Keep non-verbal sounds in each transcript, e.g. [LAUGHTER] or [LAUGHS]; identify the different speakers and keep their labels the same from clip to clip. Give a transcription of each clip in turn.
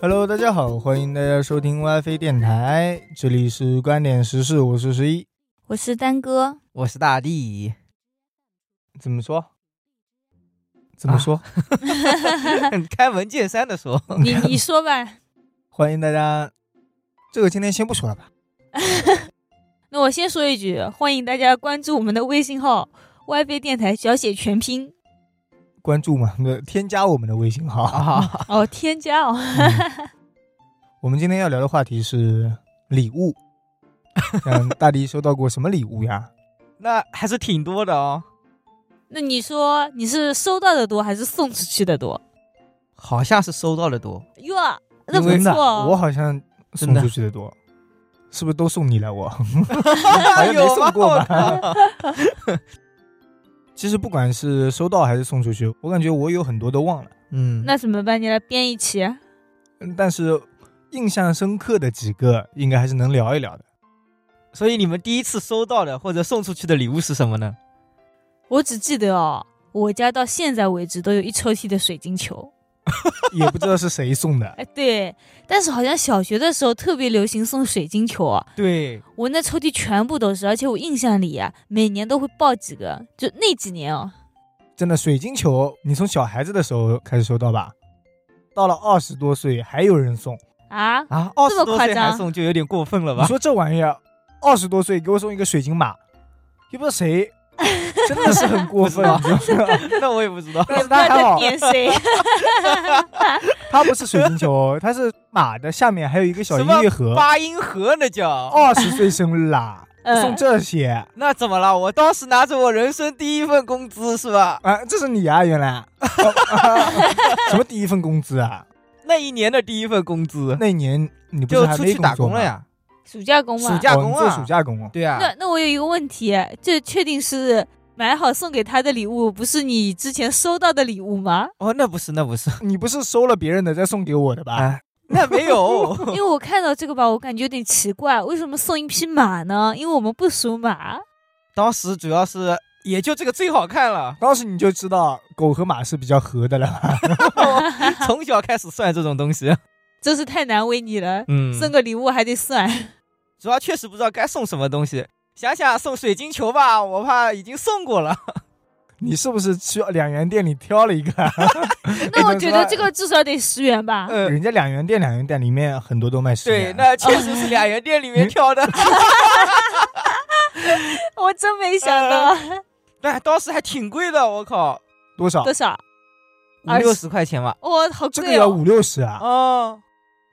Speaker 1: Hello，大家好，欢迎大家收听 WiFi 电台，这里是观点时事，我是十一。
Speaker 2: 我是丹哥，
Speaker 3: 我是大地，
Speaker 1: 怎么说？怎么说？
Speaker 3: [LAUGHS]
Speaker 2: 啊
Speaker 3: 开门见山的说，
Speaker 1: 哦
Speaker 2: 你你说吧。 [LAUGHS]
Speaker 1: 欢迎大家。这个今天先不说了吧。
Speaker 2: 那我先说一句，欢迎大家关注我们的微信号 “WiFi 电台”，小写
Speaker 1: [LAUGHS]
Speaker 2: 全拼
Speaker 1: 关注嘛， [LAUGHS] 呃添加我们的微信号。
Speaker 3: 啊，
Speaker 2: 哦，添加哦。
Speaker 1: 嗯我们今天要聊的话题是礼
Speaker 2: [LAUGHS]
Speaker 1: 物。嗯，大迪收到过什么礼物呀？
Speaker 3: 那还是挺多的哦，
Speaker 2: 那你说你是收到的多还是送出去的多？
Speaker 3: 好像是收到的多，
Speaker 2: 哟， [LAUGHS] 那不
Speaker 1: 因为
Speaker 2: 错嗯
Speaker 1: 我
Speaker 2: 哦。
Speaker 1: 好像送出去的多，是不是都送你了？我 [LAUGHS] 好
Speaker 3: 好
Speaker 1: 像没送过吧？
Speaker 3: 吧？
Speaker 1: 其实不管是收到还是送出去，我感觉我有很多都忘了，
Speaker 3: 嗯，
Speaker 2: 那怎么办？你来编一期。
Speaker 1: 嗯但是印象深刻的几个应该还是能聊一聊的。
Speaker 3: 所以你们第一次收到的或者送出去的礼物是什么呢？
Speaker 2: 我只记得哦，我家到现在为止都有一抽屉的水晶球。
Speaker 1: 也不知道是谁送的，
Speaker 2: 哎，对，但是好像小学的时候特别流行送水晶球啊，
Speaker 3: 对，
Speaker 2: 我那抽屉全部都是，而且我印象里啊，每年都会爆几个，就那几年哦。
Speaker 1: 真的水晶球，你从小孩子的时候开始收到吧？到了二十多岁还有人送，
Speaker 2: 啊，
Speaker 3: 啊，二十
Speaker 2: 么
Speaker 3: 多
Speaker 2: 夸
Speaker 3: 岁
Speaker 2: 张
Speaker 3: 还送就有点过分了
Speaker 1: 你
Speaker 3: 吧？
Speaker 1: 说这玩意儿，二十多岁给我送一个水晶马，也不知道谁，真的是很过分，啊
Speaker 3: [LAUGHS]
Speaker 1: 你知道吗？
Speaker 3: 那我也不知道，
Speaker 1: 但是
Speaker 2: 不
Speaker 1: 他
Speaker 2: 要
Speaker 1: 还
Speaker 2: 再
Speaker 1: 好，
Speaker 2: 点谁？
Speaker 1: 他不是水晶球哦，他是马的下面还有一个小
Speaker 3: 什
Speaker 1: 音
Speaker 3: 么
Speaker 1: 乐盒。
Speaker 3: [LAUGHS] 八音盒那叫，
Speaker 1: 二十岁生日啦，
Speaker 2: 嗯
Speaker 1: 送这些
Speaker 3: 那怎么了？我当时拿着我人生第一份工资是吧？
Speaker 1: 啊，这是你啊，原来、什么第一份工资啊？
Speaker 3: 那一年的第一份工 [LAUGHS] 资，
Speaker 1: 那一年你不是
Speaker 3: 就
Speaker 1: 还
Speaker 3: 出
Speaker 1: 没
Speaker 3: 去打
Speaker 1: 作
Speaker 3: 工
Speaker 1: 吗
Speaker 3: 了？呀？
Speaker 2: 暑假工嘛。
Speaker 3: 暑假工
Speaker 1: 哦
Speaker 3: 啊
Speaker 1: 你做暑假工
Speaker 3: [LAUGHS]
Speaker 1: 哦。
Speaker 3: 对啊，
Speaker 2: 那那我有一个问题，这确定是买好送给他的礼物，不是你之前收到的礼物吗？
Speaker 3: 哦，那不是，那不是，
Speaker 1: 你不是收了别人的再送给我的吧？
Speaker 3: 哎那没 [LAUGHS] 有。
Speaker 2: 因为我看到这个吧，我感觉有点奇怪，为什么送一匹马呢？因为我们不属马。
Speaker 3: 当时主要是也就这个最好
Speaker 1: [LAUGHS]，
Speaker 3: 看了
Speaker 1: 当时你就知道狗和马是比较合的了
Speaker 3: [LAUGHS]
Speaker 1: 吧？
Speaker 3: 从小开始算这种东西。
Speaker 2: 真是太难为你了，
Speaker 3: 嗯
Speaker 2: 送个礼物还得算。
Speaker 3: 主要确实不知道该送什么东西。想想送水晶球吧，我怕已经送过了。
Speaker 1: 你是不是去两元店里挑了一个？
Speaker 2: [LAUGHS] 那我
Speaker 1: 哎
Speaker 2: 觉得这个至少得十元吧。
Speaker 3: 嗯，
Speaker 1: 呃人家两元店，两元店里面很多都卖啊十
Speaker 3: 对，
Speaker 1: 元。
Speaker 3: 那确实是两元店里面挑的。
Speaker 2: 我真没想到
Speaker 3: 那哎当时还挺贵的，我靠，
Speaker 1: 多少
Speaker 3: 哦
Speaker 2: 多？少，
Speaker 3: 五
Speaker 2: 二十
Speaker 3: 六十块钱吧。
Speaker 2: 哇，好
Speaker 1: 这
Speaker 2: 贵
Speaker 1: 个要
Speaker 2: 哦！
Speaker 1: 五六十啊！
Speaker 3: 哦，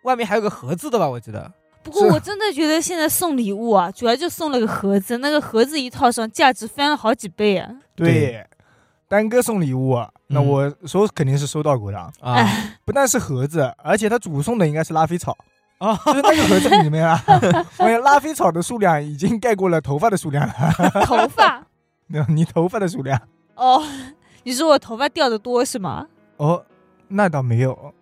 Speaker 3: 外面还有个盒子的吧？我记得。
Speaker 2: 不过
Speaker 1: 是
Speaker 2: 我真的觉得现在送礼物啊，主要就送了个盒子，那个盒子一套上价值翻了好几倍
Speaker 3: [LAUGHS]
Speaker 2: 啊。
Speaker 1: 对，丹哥送礼物啊，那
Speaker 3: 嗯
Speaker 1: 我收肯定是收到过的啊，
Speaker 3: 啊
Speaker 2: 哎
Speaker 1: 不但是盒子，而且他主送的应该是拉菲草，
Speaker 3: 啊！
Speaker 1: 就是那个盒子里面啊， [LAUGHS] 我感觉拉菲草的数量已经盖过了头发的数量了，
Speaker 2: 头发
Speaker 1: 那 [LAUGHS] 你头发的数量
Speaker 2: 哦，你说我头发掉的多是吗？ [LAUGHS]
Speaker 1: 哦，那倒没有，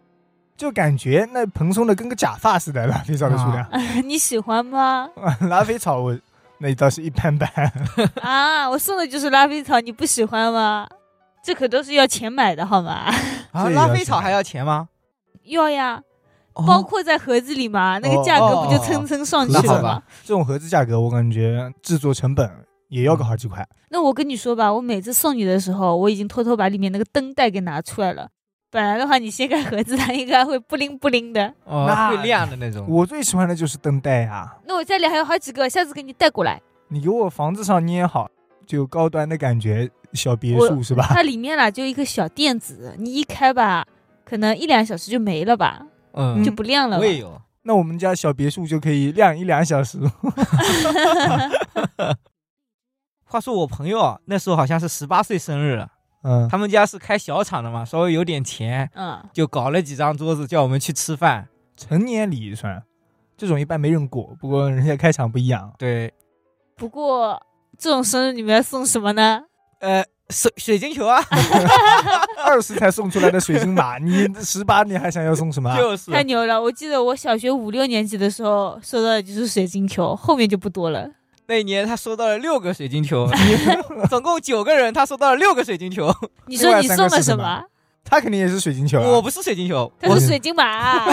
Speaker 1: 就感觉那蓬松的跟个假发似的，拉菲草的数量，
Speaker 2: 你喜欢吗？
Speaker 1: [LAUGHS] 拉菲草我那倒是一般 [LAUGHS] 般，
Speaker 2: 啊，我送的就是拉菲草，你不喜欢吗？这可都是要钱买的好吗？
Speaker 3: 啊，
Speaker 1: 这也要
Speaker 3: 拉菲
Speaker 1: 钱
Speaker 3: 草还要钱吗？
Speaker 2: 要呀，
Speaker 3: 哦
Speaker 2: 包括在盒子里嘛，那个价格不就蹭蹭上去
Speaker 3: 那好
Speaker 2: 了吗
Speaker 3: 吧？，
Speaker 1: 这种盒子价格我感觉制作成本也要个好几块，
Speaker 2: 那我跟你说吧，我每次送你的时候，我已经偷偷把里面那个灯带给拿出来了。本来的话，你掀开盒子，它应该会布灵布灵的。
Speaker 3: 哦
Speaker 1: 那
Speaker 3: 会亮的那种。
Speaker 1: 我最喜欢的就是灯带啊，
Speaker 2: 那我家里还有好几个，下次给你带过
Speaker 3: [LAUGHS]
Speaker 2: 来。
Speaker 1: 你给我房子上捏好，就有高端的感觉，小别墅是吧？ [LAUGHS]
Speaker 2: 它里面啊啦就一个小垫子，你一开吧，可能一两小时就没了吧，
Speaker 3: 嗯
Speaker 2: 就不亮了吧
Speaker 3: 我。也有。
Speaker 1: 那我们家小别墅就可以晾一两小时。
Speaker 3: 话说我朋友啊，那时候好像是十八岁生日了，
Speaker 1: 嗯，
Speaker 3: 他们家是开小厂的嘛，稍微有点钱，
Speaker 2: 嗯，
Speaker 3: 就搞了几张桌子叫我们去吃饭。
Speaker 1: 成年礼算，这种一般没人过，不过人家开场不一样。
Speaker 3: 对，
Speaker 2: 不过这种生日你们要送什么呢？
Speaker 3: 呃，水水晶球啊，
Speaker 1: 二十才送出来的水晶
Speaker 3: [LAUGHS]
Speaker 1: 马，你十八你还想要送什么？啊
Speaker 3: 就是啊
Speaker 2: 太牛了！我记得我小学五六年级的时候收到的就是水晶球，后面就不多了。
Speaker 3: 那一年他收到了六个
Speaker 2: [LAUGHS]
Speaker 3: 水晶球，总共九个人，他收到了六个水晶球。
Speaker 2: 你说你
Speaker 1: 另外三
Speaker 2: 送
Speaker 1: 个
Speaker 2: 了
Speaker 1: 是什
Speaker 2: 什
Speaker 1: 么
Speaker 2: 么？
Speaker 1: [LAUGHS] 他肯定也是水晶球啊，
Speaker 3: 我不是水晶球，
Speaker 2: 它
Speaker 3: 我
Speaker 2: 是水晶
Speaker 3: [LAUGHS]
Speaker 2: 马，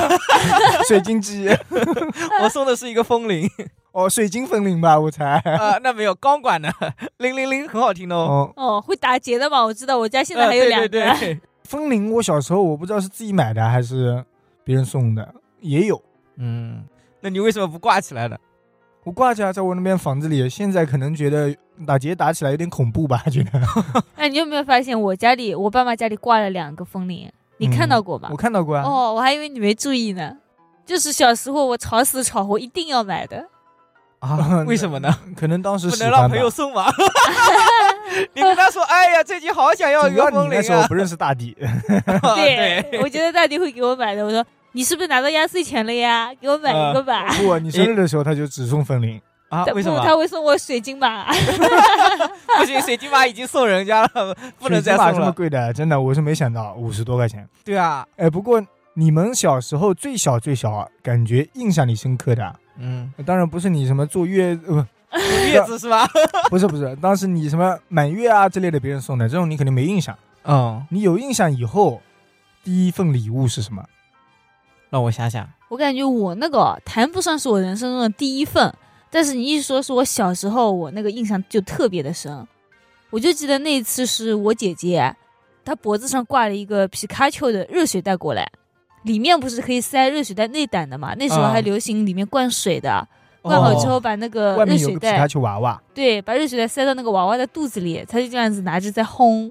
Speaker 1: 水晶鸡，
Speaker 3: 我送的是一个风 [LAUGHS] 铃
Speaker 1: [LAUGHS] 哦，水晶风铃吧，我猜。
Speaker 3: 啊、那没有钢管的零零零很好听的哦。
Speaker 1: 哦，
Speaker 2: 哦，会打结的嘛？我知道，我家现在还有
Speaker 3: 呃
Speaker 2: 两个。
Speaker 3: 对对对，
Speaker 1: 风铃我小时候我不知道是自己买的还是别人送的，也有。
Speaker 3: 嗯，那你为什么不挂起来呢？
Speaker 1: 我挂起来在我那边房子里，现在可能觉得打结打起来有点恐怖吧，觉得。
Speaker 3: [LAUGHS]
Speaker 2: 哎，你有没有发现我家里，我爸妈家里挂了两个风铃？
Speaker 3: 嗯
Speaker 2: 你看到过吗？
Speaker 1: 我看到过啊。
Speaker 2: 哦，我还以为你没注意呢。就是小时候我吵死吵活一定要买的，
Speaker 3: 啊， [LAUGHS] 为什么呢？
Speaker 1: 可能当时
Speaker 3: 不
Speaker 1: 喜
Speaker 3: 能
Speaker 1: 欢吧
Speaker 3: 让朋友
Speaker 2: [LAUGHS]
Speaker 3: 送吗？你跟他说，哎呀，最近好想要一
Speaker 1: 主
Speaker 3: 个
Speaker 1: 要
Speaker 3: 风
Speaker 1: 你
Speaker 3: 铃
Speaker 1: 那时候
Speaker 3: 啊！
Speaker 1: 不认识大地，
Speaker 3: 对，
Speaker 2: [LAUGHS] 我觉得大弟会给我买的。我说你是不是拿到压岁钱了呀？给我买一个吧。
Speaker 1: 不，你生日的时候他就只送风铃。
Speaker 3: 啊，
Speaker 2: 他
Speaker 3: 为什么
Speaker 2: 不，？他会送我水晶马。
Speaker 3: 不行，水晶马已经送人家了， [LAUGHS] 不能
Speaker 1: 水
Speaker 3: 再
Speaker 1: 晶马
Speaker 3: 送
Speaker 1: 这么
Speaker 3: 了。
Speaker 1: 贵的，真的我是没想到，五十多块钱。
Speaker 3: 对啊，
Speaker 1: 哎，不过你们小时候最小最小啊，感觉印象里深刻的啊，
Speaker 3: 嗯，
Speaker 1: 当然不是你什么坐月，呃
Speaker 3: 月子是吧？
Speaker 1: 不，不是不是，当时你什么满月啊之类的，别人送的这种你肯定没印象。
Speaker 3: 嗯，
Speaker 1: 你有印象以后，第一份礼物是什么？
Speaker 3: 让我想想，
Speaker 2: [LAUGHS] 我感觉我那个谈不上是我人生中的第一份，但是你一说是我小时候，我那个印象就特别的深。我就记得那一次是我姐姐，她脖子上挂了一个皮卡丘的热水袋过来，里面不是可以塞热水袋内胆的嘛？那时候还
Speaker 3: 啊
Speaker 2: 流行里面灌水的，灌好
Speaker 3: 哦
Speaker 2: 之后把那个
Speaker 1: 哦
Speaker 3: 呃
Speaker 1: 外
Speaker 2: 热
Speaker 1: 面有
Speaker 2: 水
Speaker 1: 个皮卡
Speaker 2: 袋，
Speaker 1: 丘娃娃，
Speaker 2: 对，把热水袋塞到那个娃娃的肚子里，她就这样子拿着在烘。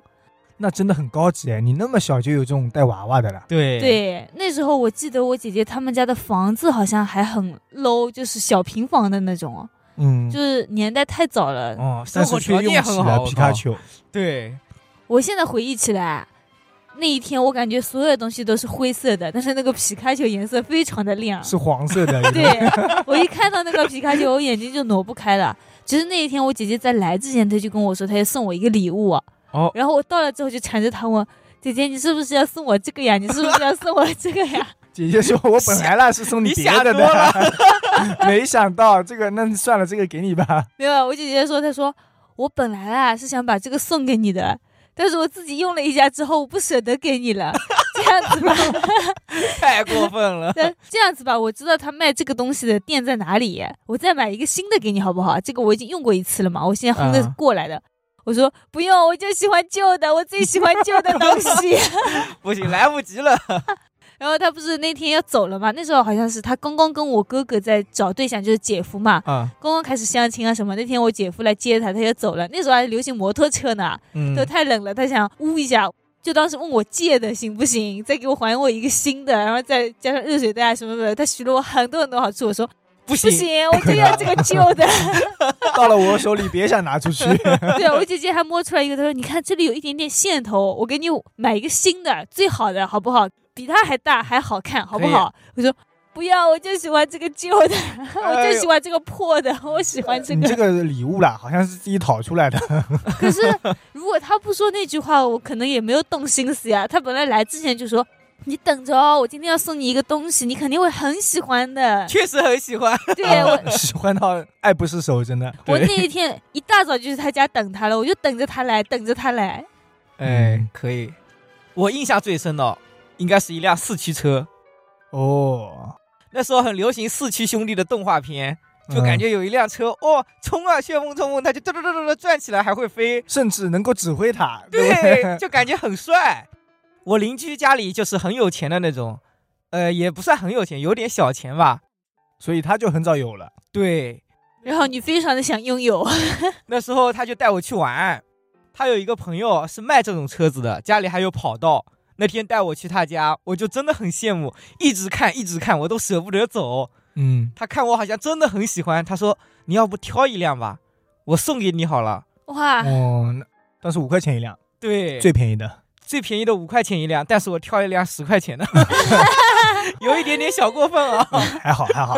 Speaker 1: 那真的很高级哎！你那么小就有这种带娃娃的了，
Speaker 3: 对，
Speaker 2: 对，那时候我记得我姐姐他们家的房子好像还很 low，就是小平房的那种哦。
Speaker 1: 嗯，
Speaker 2: 就是年代太早了。
Speaker 3: 哦，生
Speaker 1: 但是
Speaker 3: 活
Speaker 1: 却
Speaker 3: 条
Speaker 1: 用
Speaker 3: 件
Speaker 1: 起
Speaker 3: 很好
Speaker 1: 了，
Speaker 3: 我
Speaker 1: 皮卡
Speaker 3: 靠，
Speaker 1: 丘，
Speaker 3: 对，
Speaker 2: 我现在回忆起来，那一天我感觉所有的东西都是灰色的，但是那个皮卡丘颜色非常的亮。
Speaker 1: 是黄色的，
Speaker 3: [LAUGHS]
Speaker 1: 有
Speaker 2: [LAUGHS] 对
Speaker 1: 点，
Speaker 2: 我一看到那个皮卡丘，我眼睛就挪不开了。其实那一天我姐姐在来之前，她就跟我说，她要送我一个礼物、
Speaker 3: 哦
Speaker 2: 然后我到了之后就缠着她问。姐姐，你是不是要送我这个呀？你是不是要送我这个呀？ [LAUGHS]
Speaker 1: 姐姐说：“我本来啦是送
Speaker 3: 你
Speaker 1: 别
Speaker 3: 想
Speaker 1: 的
Speaker 3: 多了
Speaker 1: 的，没想到这个，那算了，这个给你吧。
Speaker 2: 没有，啊我姐姐说，她说我本来啊是想把这个送给你的，但是我自己用了一下之后，我不舍得给你了，这样子吧。。
Speaker 3: [LAUGHS] 太过分了
Speaker 2: 那这样子吧，我知道他卖这个东西的店在哪里，我再买一个新的给你好不好？这个我已经用过一次了嘛，我现在烘的
Speaker 3: 嗯
Speaker 2: 过来的。我说不用，我就喜欢旧的，我最喜欢旧的东西。 [LAUGHS]
Speaker 3: 不行，来不及了。
Speaker 2: 然后他不是那天要走了嘛？那时候好像是他刚刚跟我哥哥在找对象，就是姐夫嘛，
Speaker 3: 啊，
Speaker 2: 刚刚开始相亲啊什么。那天我姐夫来接他，他要走了。那时候还流行摩托车呢，
Speaker 3: 嗯
Speaker 2: 都太冷了，他想捂一下，就当是问我借的行不行，再给我还我一个新的，然后再加上热水袋啊什么的。他许了我很多很多好处，我说不
Speaker 3: 不行，
Speaker 2: 行，我就要这个旧 [LAUGHS] 的。
Speaker 1: 到了我手里，别想拿
Speaker 3: [LAUGHS]
Speaker 1: 出去。
Speaker 2: 对我姐姐还摸出来一个，她说：“你看这里有一点点线头，我给你买一个新的，最好的，好不好？比它还大，还好看，好不好？”我说。不要，我就喜欢这个旧的，我就喜欢这个破的，我喜欢这
Speaker 1: 你
Speaker 2: 个。
Speaker 1: 这个礼物啦，好像是自己讨出来的。
Speaker 2: [LAUGHS] 可是如果他不说那句话，我可能也没有动心思呀。他本来来之前就说：“你等着哦，我今天要送你一个东西，你肯定会很喜欢 [LAUGHS] 的。
Speaker 3: 确实很喜欢。
Speaker 2: 对”
Speaker 1: [LAUGHS]
Speaker 2: 我，
Speaker 1: 喜欢到爱不释手，真的。
Speaker 2: 我那一天一大早就去他家等他了，我就等着他来，等着他来。
Speaker 1: 哎，
Speaker 3: 可以。我印象最深的应该是一辆四驱车，
Speaker 1: 哦，
Speaker 3: 那时候很流行四驱兄弟的动画片，就感
Speaker 1: 嗯
Speaker 3: 觉有一辆车，哦，冲啊，旋风冲锋，它就嘟嘟嘟嘟嘟转起来，还会飞，
Speaker 1: 甚至能够指挥它，对不
Speaker 3: 对，
Speaker 1: 对？
Speaker 3: 就感觉很帅。 [LAUGHS] 我邻居家里就是很有钱的那种，呃，也不算很有钱，有点小钱吧。
Speaker 1: [LAUGHS] 所以他就很早有了。
Speaker 3: 对，
Speaker 2: 然后你非常的想拥有，
Speaker 3: 那时候他就带我去玩，他有一个朋友是卖这种车子的，家里还有跑道。那天带我去他家，我就真的很羡慕，一直看一直看，我都舍不得走。
Speaker 1: 嗯，
Speaker 3: 他看我好像真的很喜欢，他说：“你要不挑一辆吧，我送给你好了。
Speaker 2: 哇！
Speaker 3: 嗯
Speaker 1: 哦，那当时五块钱一辆，
Speaker 3: 对”
Speaker 1: 最便宜的。
Speaker 3: 最便宜的五块钱一辆，但是我挑一辆十块钱的， [LAUGHS] 有一点点小过分啊。
Speaker 1: 嗯还好 [LAUGHS] 还好，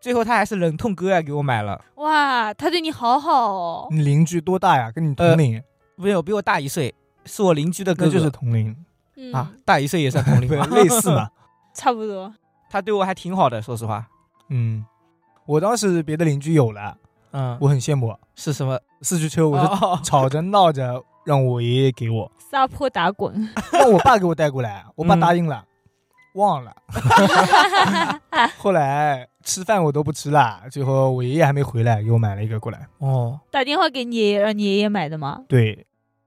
Speaker 3: 最后他还是忍痛割啊爱给我买了，
Speaker 2: 哇，他对你好好哦。
Speaker 1: 你邻居多大呀？跟你同龄，
Speaker 3: 没有比我大一岁，是嗯我邻居的哥
Speaker 1: 呃那
Speaker 3: 哥，
Speaker 1: 就是同龄，
Speaker 2: 嗯，
Speaker 3: 啊，大一岁也算同龄
Speaker 1: 对，
Speaker 3: 吧，
Speaker 1: [LAUGHS] 类似嘛。
Speaker 2: 差不多。
Speaker 3: 他对我还挺好的，说实话。
Speaker 1: 嗯，我当时别的邻居有了，
Speaker 3: 嗯，
Speaker 1: 我很羡慕。
Speaker 3: 是什么？
Speaker 1: 四驱车我是
Speaker 3: 哦
Speaker 1: 吵着闹着，让我爷爷给我，
Speaker 2: 撒泼打滚，
Speaker 1: 让我爸给我带过来，我爸
Speaker 3: 嗯
Speaker 1: 答应了，忘了。后来吃饭我都不吃了，最后我爷爷还没回来，给我买了一个过来。
Speaker 3: [LAUGHS] 哦，
Speaker 2: 打电话给你爷爷，让你爷爷买的吗？ [LAUGHS]
Speaker 1: 对，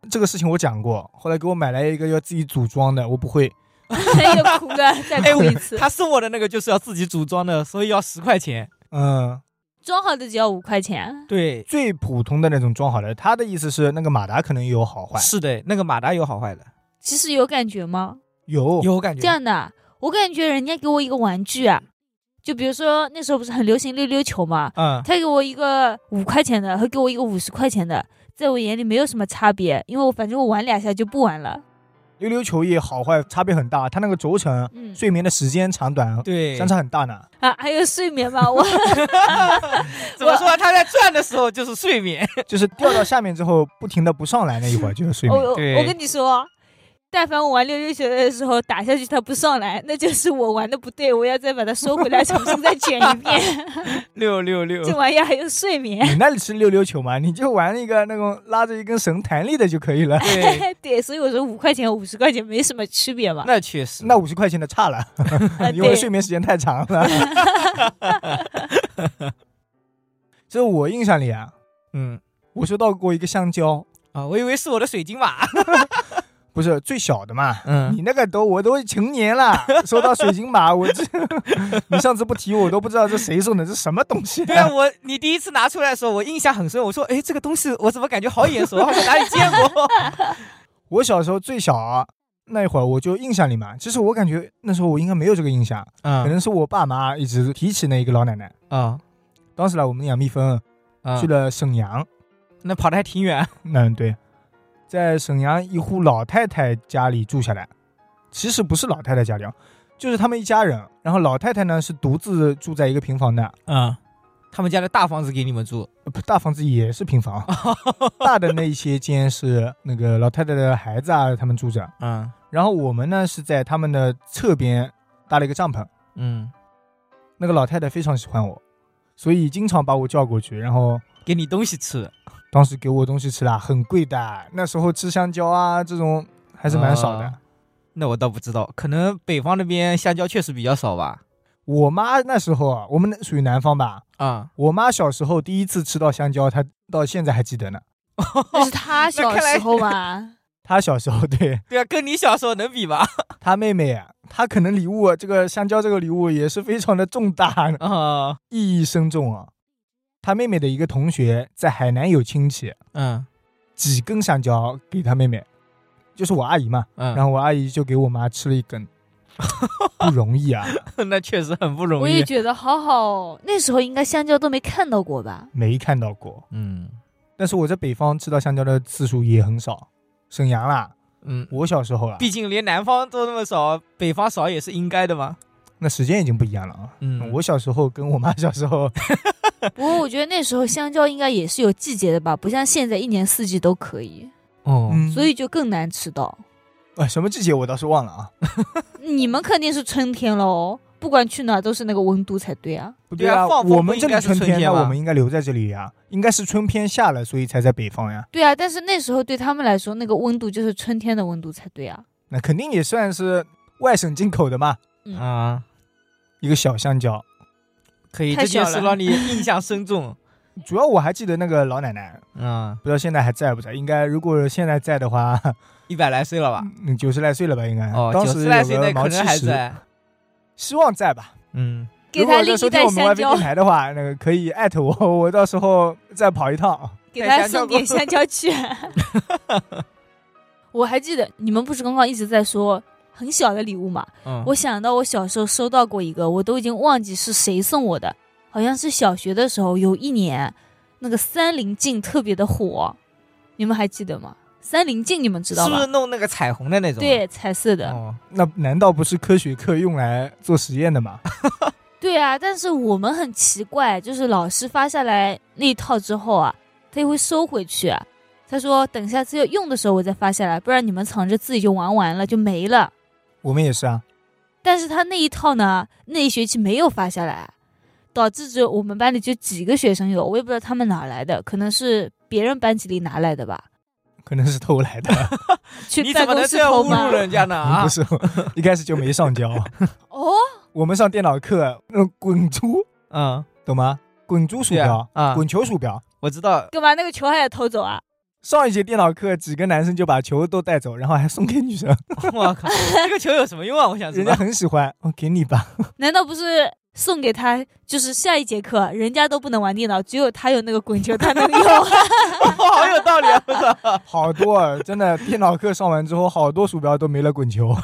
Speaker 1: 这个事情我讲过，后来给我买来一个要自己组装的，我不会。
Speaker 2: 又哭了，
Speaker 3: [LAUGHS]
Speaker 2: 再哭一次。
Speaker 3: 他送哎我的那个就是要自己组装的，所以要十块钱。
Speaker 1: 嗯，
Speaker 2: 装好的只要五块钱，
Speaker 3: 对，
Speaker 1: 最普通的那种装好的，他的意思是那个马达可能也有好坏，
Speaker 3: 是的，哦那个马达有好坏的，
Speaker 2: 其实有感觉吗？
Speaker 1: 有
Speaker 3: 有感
Speaker 2: 这
Speaker 3: 觉。
Speaker 2: 样的，我感觉人家给我一个玩具啊，就比如说那时候不是很流行溜溜球嘛，
Speaker 1: 嗯
Speaker 2: 他给我一个五块钱的和给我一个五十块钱的，在我眼里没有什么差别，因为我反正我玩两下就不玩了。
Speaker 1: 溜溜球也好坏差别很大，它那个轴承、
Speaker 2: 嗯
Speaker 1: 睡眠的时间长短
Speaker 3: 对， [LAUGHS]
Speaker 1: 相差很大呢。
Speaker 2: 啊，还有睡眠嘛，我
Speaker 3: 怎么说？他在转的时候就是睡眠。
Speaker 1: 就是掉到下面之后，不停的不上来那一会儿就是睡
Speaker 2: 我
Speaker 1: 眠。
Speaker 2: 我
Speaker 3: 对
Speaker 2: 我跟你说，但凡我玩溜溜球的时候打下去它不上来，那就是我玩的不对， [LAUGHS] 我要再把它收回来，重新再卷一
Speaker 3: [LAUGHS]
Speaker 2: 遍。
Speaker 3: [LAUGHS] 六六六
Speaker 2: 这玩意儿还有睡眠，
Speaker 1: 你那里是溜溜球吗？你就玩一个那种拉着一根绳弹力的就可以
Speaker 3: [LAUGHS]
Speaker 1: 了。
Speaker 3: 对，
Speaker 2: [LAUGHS] 对，所以我说五块钱、五十块钱没什么区别嘛。
Speaker 3: 那确实。
Speaker 1: 那五十块钱的差了，
Speaker 3: 呃
Speaker 2: 啊
Speaker 1: 因为
Speaker 2: 对
Speaker 1: 睡眠时间太长了。 [LAUGHS] 这我印象里啊，
Speaker 3: 嗯
Speaker 1: 我收到过一个香蕉，
Speaker 3: 啊，我以为是我的水晶马。
Speaker 1: 不是最小的嘛，
Speaker 3: 嗯
Speaker 1: 你那个都我都成年了， [LAUGHS] 收到水晶马，我这 [LAUGHS] 你上次不提我都不知道这谁送的，这什么东西、
Speaker 3: [LAUGHS] 对啊，我你第一次拿出来的时候，我印象很深。我说，哎，这个东西我怎么感觉好眼熟，好像哪里见 [LAUGHS] 过？
Speaker 1: 我小时候最小啊那一会儿，我就印象里嘛，其实我感觉那时候我应该没有这个印象，可
Speaker 3: 嗯
Speaker 1: 能是我爸妈一直提起那一个老奶奶。
Speaker 3: 啊
Speaker 1: 当时呢，我们养蜜蜂
Speaker 3: 啊
Speaker 1: 去，了沈阳，
Speaker 3: 那跑的还挺远。
Speaker 1: 嗯，对，在沈阳一户老太太家里住下来。其实不是老太太家里啊，就是他们一家人。然后老太太呢是独自住在一个平房的，
Speaker 3: 嗯，他们家的大房子给你们住。
Speaker 1: 呃不大房子也是平
Speaker 3: [LAUGHS]
Speaker 1: 房，大的那一些间是那个老太太的孩子啊，他们住着。
Speaker 3: 嗯
Speaker 1: 然后我们呢是在他们的侧边搭了一个帐篷。
Speaker 3: [LAUGHS] 嗯，
Speaker 1: 那个老太太非常喜欢我，所以经常把我叫过去。然后
Speaker 3: 给你东西吃，
Speaker 1: 当时给我东西吃啦，很贵的。那时候吃香蕉啊这种还是蛮少的。
Speaker 3: 啊那我倒不知道，可能北方那边香蕉确实比较少吧。
Speaker 1: 我妈那时候啊，我们属于南方吧。
Speaker 3: 啊、
Speaker 1: 我妈小时候第一次吃到香蕉，她到现在还记得呢。
Speaker 2: 那是他小时候
Speaker 3: [LAUGHS]
Speaker 2: 吧？
Speaker 1: 她小时候对 [LAUGHS]
Speaker 3: 对啊，跟你小时候能比吧？
Speaker 1: 她妹妹啊，她可能礼物啊这个香蕉这个礼物也是非常的重大，
Speaker 3: [LAUGHS] 啊，
Speaker 1: 意义深重啊。她妹妹的一个同学在海南有亲戚，
Speaker 3: 嗯
Speaker 1: 几根香蕉给她妹妹，就是我阿姨嘛。
Speaker 3: 嗯，
Speaker 1: 然后我阿姨就给我妈吃了一
Speaker 3: [LAUGHS]
Speaker 1: 根，不容易啊，
Speaker 3: 那确实很不容
Speaker 2: 我也
Speaker 3: 易。
Speaker 2: 觉得好好哦，那时候应该香蕉都没看到过
Speaker 3: [LAUGHS]
Speaker 2: 吧？
Speaker 1: 没看到过。
Speaker 3: 嗯
Speaker 1: 但是我在北方吃到香蕉的次数也很少，沈阳啦，
Speaker 3: 嗯，
Speaker 1: 我小时候啦，
Speaker 3: 毕竟连南方都那么少，北方少也是应该的嘛。
Speaker 1: 那时间已经不一样了啊。
Speaker 3: 嗯哦
Speaker 1: 我小时候跟我妈小时候，
Speaker 2: 不过我觉得那时候香蕉应该也是有季节的吧，不像现在一年四季都可以，
Speaker 3: 哦
Speaker 1: 嗯，
Speaker 2: 所以就更难吃到。
Speaker 1: 呃什么季节我倒是忘了啊。
Speaker 2: 你们肯定是春天喽，不管去哪儿都是那个温度才对啊。
Speaker 1: 不
Speaker 3: 对啊
Speaker 1: 啊，
Speaker 3: 放风
Speaker 1: 我们这
Speaker 3: 不应
Speaker 1: 里
Speaker 3: 该是
Speaker 1: 春
Speaker 3: 春
Speaker 1: 天，
Speaker 3: 天
Speaker 1: 那
Speaker 3: 吗
Speaker 1: 我们应该留在这里呀，应该是春天下了，所以才在北方呀。
Speaker 2: 对啊，但是那时候对他们来说，那个温度就是春天的温度才对啊。
Speaker 1: 那肯定也算是外省进口的嘛，
Speaker 2: 嗯
Speaker 3: 啊，
Speaker 1: 一个小香蕉。
Speaker 3: 可以，
Speaker 2: 太
Speaker 3: 这件
Speaker 2: 小
Speaker 3: 事
Speaker 2: 了
Speaker 3: 让你印象深重。
Speaker 1: 主要我还记得那个老奶奶，
Speaker 3: 嗯，
Speaker 1: 不知道现在还在不在？应该如果现在在的话， [LAUGHS]
Speaker 3: 一百来岁了吧？
Speaker 1: 嗯，九十来岁了吧？应该。
Speaker 3: 哦，
Speaker 1: 当
Speaker 3: 九
Speaker 1: 时
Speaker 3: 十来岁
Speaker 1: 有
Speaker 3: 那
Speaker 1: 个
Speaker 3: 可
Speaker 1: 毛
Speaker 3: 能还
Speaker 1: 七十，
Speaker 3: 在。
Speaker 1: 希望在吧。
Speaker 3: 嗯，
Speaker 2: 给
Speaker 1: 如果
Speaker 2: 他
Speaker 1: 在
Speaker 2: 另
Speaker 1: 收
Speaker 2: 一
Speaker 1: 听
Speaker 2: 袋
Speaker 1: 我们 YV
Speaker 2: 香蕉
Speaker 1: 电，台的话，那个可以艾特我， [LAUGHS] 我到时候再跑一趟。
Speaker 2: 给他
Speaker 3: 带香蕉
Speaker 2: 送点香
Speaker 1: [LAUGHS]
Speaker 2: 蕉去。我还记得你们不是刚刚一直在说很小的礼物嘛？
Speaker 3: 嗯
Speaker 2: 我想到我小时候收到过一个，我都已经忘记是谁送我的，好像是小学的时候，有一年那个三棱镜特别的火，你们还记得吗？三棱镜你们知道
Speaker 3: 是不
Speaker 2: 吗？
Speaker 3: 是弄那个彩虹的那种？啊
Speaker 2: 对，彩色的。
Speaker 3: 哦，
Speaker 1: 那难道不是科学课用来做实验的吗？
Speaker 2: 对啊，但是我们很奇怪，就是老师发下来那一套之后啊，他也会收回去、啊他说等下次要用的时候我再发下来，不然你们藏着自己就玩完了就没了。
Speaker 1: 我们也是啊，
Speaker 2: 但是他那一套呢，那一学期没有发下来，啊导致只有我们班里就几个学生有，我也不知道他们哪来的，可能是别人班级里拿来的吧。
Speaker 1: 可能是偷来的，
Speaker 2: 去
Speaker 3: 你
Speaker 2: 办
Speaker 3: 怎么
Speaker 2: 公
Speaker 3: 能
Speaker 2: 室
Speaker 3: 这样
Speaker 2: 偷
Speaker 3: 侮
Speaker 2: 吗
Speaker 3: 辱？人家呢？啊
Speaker 1: [LAUGHS] 不，是，一开始就没上
Speaker 3: [LAUGHS]
Speaker 1: 交。
Speaker 2: 哦，
Speaker 1: 我们上电脑课那种滚珠，
Speaker 3: 嗯，
Speaker 1: 懂吗？滚珠鼠
Speaker 3: 对啊
Speaker 1: 标，
Speaker 3: 啊，
Speaker 1: 滚球鼠标。
Speaker 3: 我知道，
Speaker 2: [LAUGHS] 干嘛那个球还得偷走啊？
Speaker 1: 上一节电脑课，几个男生就把球都带走，然后还送给女
Speaker 3: [LAUGHS]
Speaker 1: 生，
Speaker 3: 我靠，这个球有什么用啊？我想知
Speaker 1: 人家
Speaker 3: 道。 [LAUGHS]
Speaker 1: 很喜欢，我给你吧。
Speaker 2: 难道不是送给他？就是下一节课人家都不能玩电脑，只有他有那个滚球，他能用。
Speaker 3: 好有道理啊！我操，
Speaker 1: 好多啊真的，电脑课上完之后，好多鼠标都没了滚
Speaker 3: [LAUGHS]
Speaker 1: 球，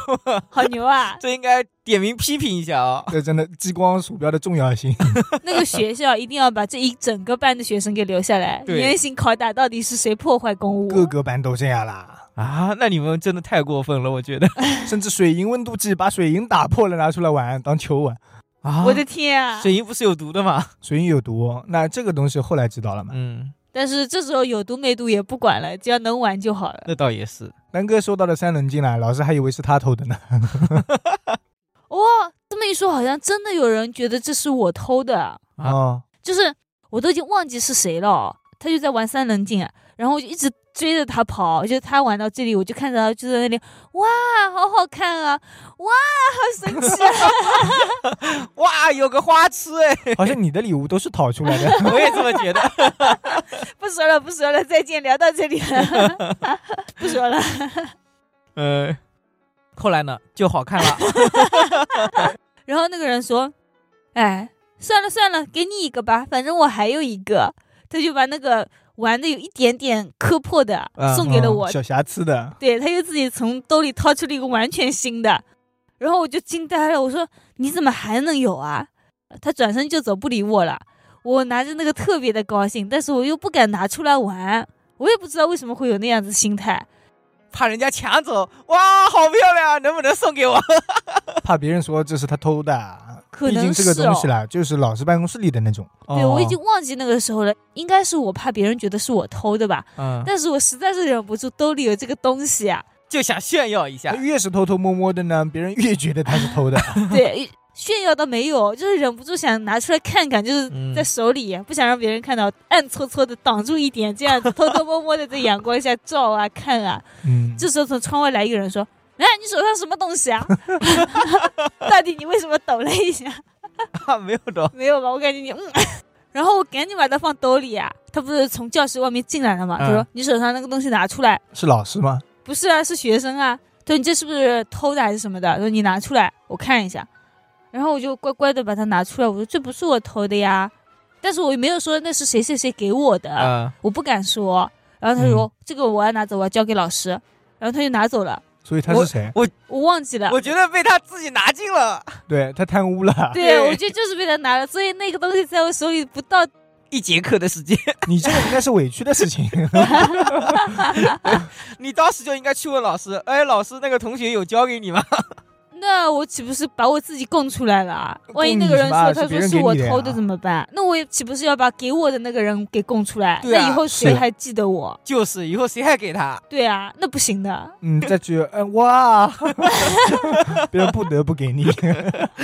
Speaker 2: 好牛啊！
Speaker 3: 这应该点名批评一下啊、
Speaker 1: 这真的激光鼠标的重要性。
Speaker 2: 那个学校一定要把这一整个班的学生给留下来，
Speaker 3: 对
Speaker 2: 严刑拷打，到底是谁破坏公
Speaker 1: 各
Speaker 2: 物？
Speaker 1: 个班都这样啦，
Speaker 3: 啊，那你们真的太过分了，我觉得
Speaker 1: 甚至水银温度计把水银打破了拿出来玩当球玩，
Speaker 3: 啊
Speaker 2: 我的天啊！
Speaker 3: 水银不是有毒的吗？
Speaker 1: 水银有毒。那这个东西后来知道了嘛？
Speaker 3: 嗯，
Speaker 2: 但是这时候有毒没毒也不管了，只要能玩就好了。
Speaker 3: 那倒也是。
Speaker 1: 南哥收到了三棱镜来，老师还以为是他偷的呢。
Speaker 2: 哇、这么一说，好像真的有人觉得这是我偷的，
Speaker 3: 啊
Speaker 1: 哦，
Speaker 2: 就是我都已经忘记是谁了。他就在玩三棱镜，然后我就一直追着他跑，就他玩到这里，我就看着他就在那里，哇，好好看啊，哇，好神奇啊！
Speaker 3: 哇，有个花痴哎、
Speaker 1: 好像你的礼物都是讨出来
Speaker 2: [LAUGHS]
Speaker 1: 的。
Speaker 3: 我也这么觉得。
Speaker 2: 不说了，不说了，再见，聊到这里了，不说了。
Speaker 3: 呃，后来呢，就好看 [LAUGHS] 了。
Speaker 2: 然后那个人说：“哎，算了算了，给你一个吧，反正我还有一个。”他就把那个玩的有一点点磕破的
Speaker 3: 嗯
Speaker 2: 送给了我，
Speaker 1: 嗯小瑕疵的，
Speaker 2: 对，他又自己从兜里掏出了一个完全新的，然后我就惊呆了，我说：“你怎么还能有啊？”他转身就走，不理我了。我拿着那个特别的高兴，但是我又不敢拿出来玩，我也不知道为什么会有那样子心态。
Speaker 3: 怕人家抢走，哇，好漂亮啊！能不能送给我？
Speaker 1: 怕别人说这是他偷的。
Speaker 2: 可能
Speaker 1: 毕竟这个
Speaker 2: 是
Speaker 1: 东西哦
Speaker 2: 哦
Speaker 1: 啦，就是老师办公室里的那种。
Speaker 2: 对，我已经忘记那个时候了，应该是我怕别人觉得是我偷的吧。
Speaker 1: 啊
Speaker 3: 嗯，
Speaker 2: 但是我实在是忍不住，兜里有这个东西啊，
Speaker 3: 就想炫耀一下 [LAUGHS]
Speaker 1: 那。越是偷偷摸摸的呢，别人越觉得他是
Speaker 2: [LAUGHS]
Speaker 1: 偷的。
Speaker 2: 对，炫耀到没有，就是忍不住想拿出来看看，就是
Speaker 3: 嗯
Speaker 2: 在手里，啊不想让别人看到，暗搓搓的挡住一点，这样子偷偷摸摸的在阳光下照啊看啊。
Speaker 1: 嗯，
Speaker 2: 这时候从窗外来一个人说：“哎，你手上什么东
Speaker 3: [LAUGHS]
Speaker 2: 西啊？ [LAUGHS] 到底你为什么抖了一下？
Speaker 3: 啊，没有懂。
Speaker 2: 没有吧？我感觉你嗯。” [LAUGHS] 然后我赶紧把它放兜里啊，他不是从教室外面进来了嘛？他说
Speaker 3: 嗯：“
Speaker 2: 你手上那个东西拿出来。”
Speaker 1: 是老师吗？
Speaker 2: 不是啊，是学生啊。他说你这是不是偷的还是什么的？他说你拿出来，我看一下。然后我就乖乖的把它拿出来，我说这不是我偷的呀，但是我也没有说那是谁谁谁给我的，
Speaker 1: 啊
Speaker 3: 嗯，
Speaker 2: 我不敢说。然后他
Speaker 1: 嗯
Speaker 2: 说、这个我要拿走，我要交给老师。然后他就拿走了，
Speaker 1: 所以他是谁？
Speaker 2: 我忘记了。
Speaker 3: 我觉得被他自己拿进了
Speaker 1: 对他贪污了，
Speaker 2: 对，
Speaker 3: 对
Speaker 2: 我觉得就是被他拿了，所以那个东西在我手里不到。
Speaker 3: 一节课的时间。 [LAUGHS]
Speaker 1: 你这个应该是委屈的事情。
Speaker 3: 你当时就应该去问老师，哎，老师那个同学有教给你吗？ [LAUGHS]
Speaker 2: 那我岂不是把我自己供出来了啊？万一那个人
Speaker 1: 供你什么
Speaker 2: 说他
Speaker 1: 是别
Speaker 2: 说
Speaker 1: 人
Speaker 2: 是
Speaker 1: 给
Speaker 2: 我
Speaker 1: 你的呀
Speaker 2: 偷的怎么办？那我也岂不是要把给我的那个人给供出来？
Speaker 3: 对啊
Speaker 2: 那以后谁
Speaker 1: 是
Speaker 2: 还记得我？
Speaker 3: 就是，以后谁还给他？
Speaker 2: 对啊，那不行的。
Speaker 1: 嗯，再
Speaker 3: [LAUGHS]
Speaker 1: 去，嗯，哇， [LAUGHS] 别人不得不给你。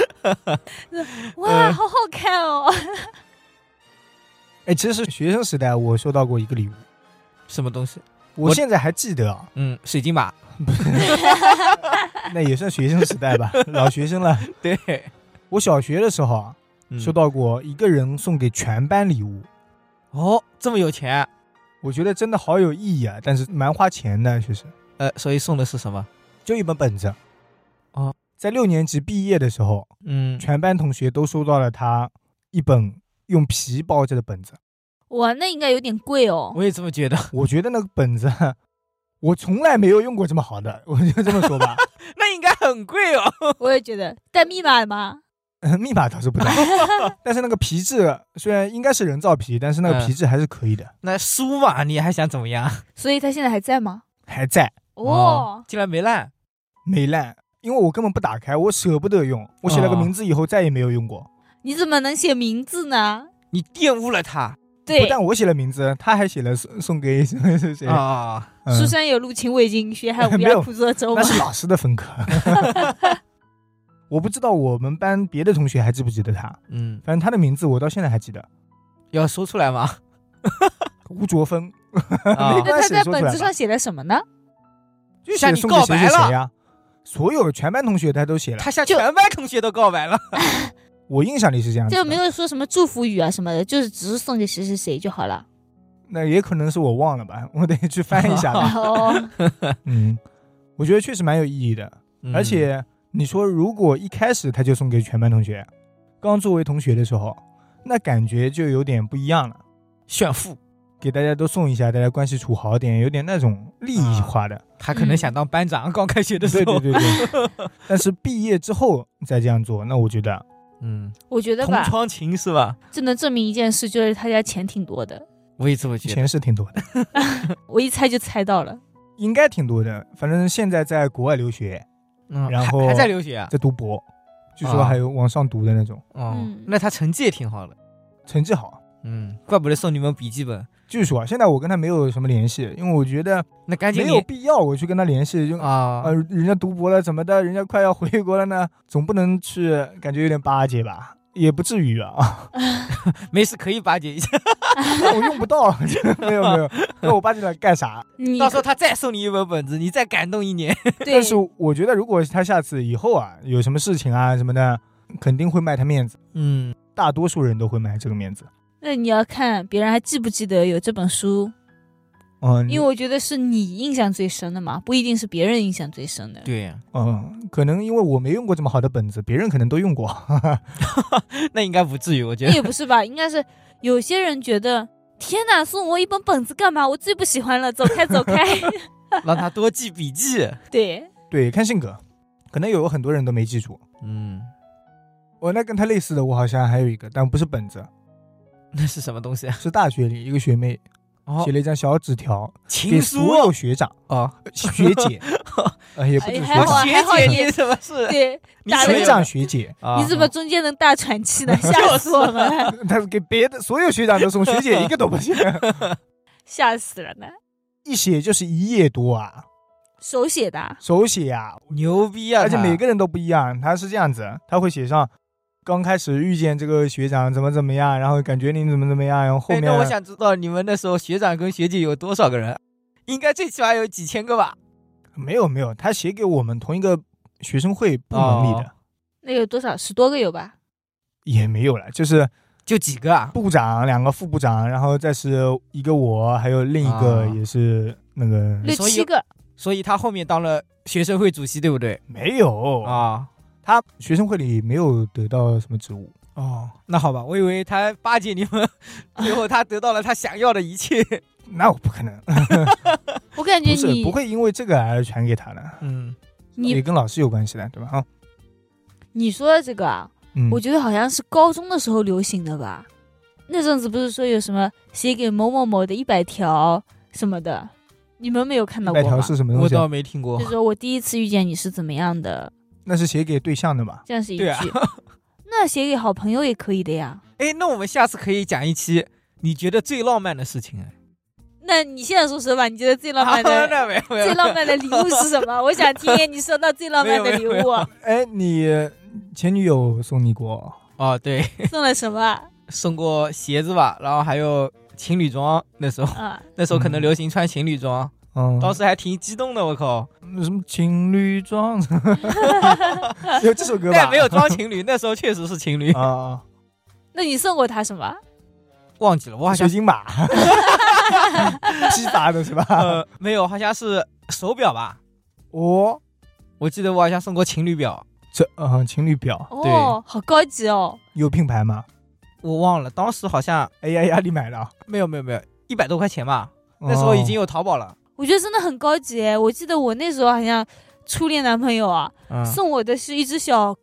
Speaker 1: [LAUGHS] 嗯
Speaker 2: 哇，
Speaker 3: 呃
Speaker 2: 好好看哦！ [LAUGHS]
Speaker 1: 哎，其实学生时代我收到过一个礼物，
Speaker 3: 什么东西？
Speaker 1: 我
Speaker 3: 我
Speaker 1: 现在还记得
Speaker 3: [LAUGHS]
Speaker 1: 啊，
Speaker 3: 嗯，水晶马。
Speaker 1: 那也算学生时代
Speaker 3: [LAUGHS]
Speaker 1: 吧，老学生了。
Speaker 3: 对，
Speaker 1: 我小学的时候啊，收
Speaker 3: 说到
Speaker 1: 到过一个人送给全班礼物，
Speaker 3: 哦，这么有钱，
Speaker 1: 我觉得真的好有意义啊，但是蛮花钱的，确实。
Speaker 3: 呃，所以送的是什么？
Speaker 1: 就一本本子。
Speaker 3: 哦，
Speaker 1: 在六年级毕业的时候，
Speaker 3: 嗯，
Speaker 1: 全班同学都收到了他一本用皮包着的本子。
Speaker 2: 哇，那应该有点贵
Speaker 1: [LAUGHS]
Speaker 2: 哦。
Speaker 3: 我也这么觉得。
Speaker 1: 我觉得那个本子，我从来没有用过这么好的，我就这么说吧。
Speaker 3: [LAUGHS] 那应该很贵哦。
Speaker 2: 我也觉得带密码吗？
Speaker 1: 密码倒是不带，但是那个皮质虽然应该是人造皮，但是那个
Speaker 3: 嗯
Speaker 1: 皮质还是可以的，
Speaker 3: [LAUGHS] 那书嘛，你还想怎么样？
Speaker 2: 所以他现在还在吗？
Speaker 1: 还在
Speaker 2: 哦，
Speaker 3: 竟然没烂。
Speaker 1: 没烂。因为我根本不打开，我舍不得用。我写了个
Speaker 3: 哦
Speaker 1: 名字以后再也没有用过。
Speaker 2: 你怎么能写名字呢？
Speaker 3: 你玷污了他
Speaker 1: 不
Speaker 2: 对，
Speaker 1: 但我写了名字，他还写了送送给谁谁谁。嗯
Speaker 3: 啊！
Speaker 2: 书山有路晴未尽，学海无
Speaker 1: [LAUGHS] 没有
Speaker 2: 涯苦作啊舟嘛
Speaker 1: 那。是老师的分科。我不知道我们班别的同学还记不记得他，
Speaker 3: 嗯，
Speaker 1: 反正他的名字我到现在还记得，
Speaker 3: [LAUGHS] 要说出来吗？
Speaker 1: 吴卓峰。
Speaker 3: 啊
Speaker 1: 没，
Speaker 2: 那他
Speaker 1: 关系
Speaker 2: 在
Speaker 1: 说出
Speaker 2: 本
Speaker 1: 来
Speaker 2: 子
Speaker 1: 吧
Speaker 2: 上写了什么呢？
Speaker 1: [LAUGHS] 就
Speaker 3: 向
Speaker 1: 写
Speaker 3: 你
Speaker 1: 送给谁谁
Speaker 3: 告白了
Speaker 1: 谁呀？所有全班同学他都写了，
Speaker 3: 他向
Speaker 2: 就
Speaker 3: 全班同学都告白了。
Speaker 1: 我印象里是这样子的。
Speaker 2: 就没有说什么祝福语啊什么的，就是只是送给谁谁谁就好了。
Speaker 1: 那也可能是我忘了吧，我得去翻一下
Speaker 2: 然
Speaker 3: [LAUGHS]
Speaker 1: 吧。
Speaker 2: 后
Speaker 1: 嗯，我觉得确实蛮有意义的。
Speaker 3: 嗯
Speaker 1: 而且你说，如果一开始他就送给全班同学，刚作为同学的时候，那感觉就有点不一样了。
Speaker 3: 炫富，
Speaker 1: 给大家都送一下，大家关系处好点，有点那种利
Speaker 3: 啊
Speaker 1: 益化
Speaker 3: [LAUGHS]
Speaker 1: 的。
Speaker 3: 他
Speaker 2: 嗯
Speaker 3: 可能想当班长。刚开学的时
Speaker 1: 对
Speaker 3: 候，
Speaker 1: 对对对。但是毕业之后再这样做，那我觉得
Speaker 3: 嗯，
Speaker 2: 我觉得
Speaker 3: 同
Speaker 2: 吧，
Speaker 3: 窗情是吧？
Speaker 2: 这能证明一件事，就是他家钱挺多的。
Speaker 3: 我也这么觉得。
Speaker 1: 钱是挺多的，
Speaker 2: 我一猜就猜到了，
Speaker 1: 应该挺多的。反正现在在国外留学，
Speaker 3: [LAUGHS] 嗯，
Speaker 1: 然后
Speaker 3: 还还在留学啊？
Speaker 1: 在读博，据说
Speaker 3: 啊
Speaker 1: 还有往上读的那种，
Speaker 3: 哦，
Speaker 2: 嗯
Speaker 3: 那他成绩也挺好的。
Speaker 1: 成绩好。啊
Speaker 3: 嗯，怪不得送你们笔记本，
Speaker 1: 据说啊现在我跟他没有什么联系，因为我觉得
Speaker 3: 那赶紧
Speaker 1: 没有
Speaker 3: 你
Speaker 1: 必要我去跟他联系，就
Speaker 3: 啊
Speaker 1: 呃，人家读博了怎么的，人家快要回国了呢，总不能去，感觉有点巴结吧，也不至于啊， [LAUGHS]
Speaker 3: 没事可以巴结一下。
Speaker 1: 我用不到， [LAUGHS] 没有没有，那我巴结他干啥？
Speaker 2: 你
Speaker 3: 到时候他再送你一本本子，你再感动一年。
Speaker 2: 对
Speaker 1: 但是我觉得，如果他下次以后啊有什么事情啊什么的，肯定会卖他面子，
Speaker 3: 嗯，
Speaker 1: 大多数人都会卖这个面子。
Speaker 2: 那你要看别人还记不记得有这本书，
Speaker 1: 嗯，
Speaker 2: 因为我觉得是你印象最深的嘛，不一定是别人印象最深的。
Speaker 3: 对呀、啊
Speaker 1: 嗯，可能因为我没用过这么好的本子，别人可能都用过。
Speaker 3: 那应该不至于，我觉
Speaker 2: 那
Speaker 3: 得。
Speaker 2: 也不是吧，应该是有些人觉得，天哪，送我一本本子干嘛？我最不喜欢了，走开走开。
Speaker 3: 让他多记笔记。
Speaker 2: 对，
Speaker 1: 对，看性格，可能有很多人都没记住。
Speaker 3: 嗯，
Speaker 1: 我、那跟他类似的，我好像还有一个，但不是本子，
Speaker 3: 那是什么东西啊？
Speaker 1: 是大学里一个学妹
Speaker 3: 哦
Speaker 1: 写，了一张小纸条，给
Speaker 3: 情书
Speaker 1: 所有学长、
Speaker 3: 哦，
Speaker 1: 呃
Speaker 3: [LAUGHS]
Speaker 1: 学姐，呃，也不止学
Speaker 2: 还好啊
Speaker 1: 长，
Speaker 3: 学
Speaker 2: 还好
Speaker 3: 姐，
Speaker 2: 你
Speaker 3: 你什么事？
Speaker 2: 对，
Speaker 3: 你
Speaker 2: 打了
Speaker 1: 学
Speaker 2: 个
Speaker 1: 长学姐，
Speaker 3: 啊
Speaker 2: 你怎么中间能大喘气呢？吓死我们了，
Speaker 1: 他给别的所有学长都送，学姐一个都不
Speaker 3: [LAUGHS]
Speaker 1: 行，
Speaker 2: 吓死人了！
Speaker 1: 一写就是一页多啊，
Speaker 2: 手写的啊，
Speaker 1: 手写啊，
Speaker 3: 牛逼啊？
Speaker 1: 而且
Speaker 3: 他
Speaker 1: 每个人都不一样，他是这样子，他会写上。刚开始遇见这个学长怎么怎么样，然后感觉你怎么怎么样，然后后
Speaker 3: 哎
Speaker 1: 面
Speaker 3: 那我想知道你们那时候学长跟学姐有多少个人？应该最起码有几千个吧？
Speaker 1: 没有没有，他写给我们同一个学生会部门里的、
Speaker 3: 哦
Speaker 2: 那有多少？十多个有吧？
Speaker 1: 也没有了，就是
Speaker 3: 就几个啊？
Speaker 1: 部长两个副部长，然后再是一个我，还有另一个
Speaker 3: 啊
Speaker 1: 也是那个、
Speaker 2: 六
Speaker 3: 所以
Speaker 2: 七个，
Speaker 3: 所以他后面当了学生会主席，对不对？
Speaker 1: 没有，
Speaker 3: 啊
Speaker 1: 他学生会里没有得到什么职务，
Speaker 3: 哦，那好吧，我以为他巴结你们， [LAUGHS] 最后他得到了他想要的一切。
Speaker 1: 那我不可能，
Speaker 2: 我感觉
Speaker 1: 不是
Speaker 2: 你
Speaker 1: 不会因为这个而传给他的，
Speaker 3: 嗯，
Speaker 1: 也
Speaker 2: 你
Speaker 1: 跟老师有关系的，对吧？啊，
Speaker 2: 你说的这个啊，
Speaker 1: 嗯，
Speaker 2: 我觉得好像是高中的时候流行的吧。那阵子不是说有什么写给某某某的一百条什么的，你们没有看到
Speaker 1: 那
Speaker 2: 过
Speaker 1: 条
Speaker 2: 吗？
Speaker 1: 是什么东
Speaker 3: 我
Speaker 1: 西？啊
Speaker 3: 倒没听过
Speaker 2: 就。说我第一次遇见你是怎么样的，
Speaker 1: 那是写给对象的吧？
Speaker 2: 这样是一句。
Speaker 3: 对啊 [LAUGHS]
Speaker 2: 那写给好朋友也可以的呀。
Speaker 3: 哎，那我们下次可以讲一期你觉得最浪漫的事情。哎，
Speaker 2: 那你现在说说吧，你觉得最浪
Speaker 3: [LAUGHS]
Speaker 2: 漫的、
Speaker 3: 啊那没有没有
Speaker 2: 最浪漫的礼物是什
Speaker 3: [LAUGHS]
Speaker 2: 么？我想听你收到最浪漫的礼
Speaker 3: 没有没有
Speaker 2: 物
Speaker 1: 哎，你前女友送你过，
Speaker 3: 哦，对，
Speaker 2: 送了什么啊
Speaker 3: 送过鞋子吧，然后还有情侣装。那时候， [LAUGHS]
Speaker 2: 啊？
Speaker 3: 那时候可能流行穿情侣装，
Speaker 1: 嗯，
Speaker 3: 当时还挺激动的。我靠，
Speaker 1: 什么情侣装， [LAUGHS] 有这首歌吧？
Speaker 3: 但没有装情侣，那时候确实是情侣，
Speaker 1: 啊，
Speaker 2: 那你送过他什么？
Speaker 3: 忘记了，我好
Speaker 1: 水
Speaker 3: 像
Speaker 1: 晶 [LAUGHS] 吧，批发的是吧？
Speaker 3: 呃 [LAUGHS] 没有，好像是手表吧。
Speaker 1: 哦，
Speaker 3: 我记得我好像送过情侣表，
Speaker 1: 这呃情侣表
Speaker 2: 哦，好高级哦。
Speaker 1: 有品牌吗？
Speaker 3: 我忘了，当时好像
Speaker 1: 哎呀呀，你买的啊？
Speaker 3: 没有没有没有，一百多块钱吧，
Speaker 1: 哦
Speaker 3: 那时候已经有淘宝了。
Speaker 2: 我觉得真的很高级诶。我记得我那时候好像初恋男朋友啊，
Speaker 3: 嗯
Speaker 2: 送我的是一只小，
Speaker 1: 哦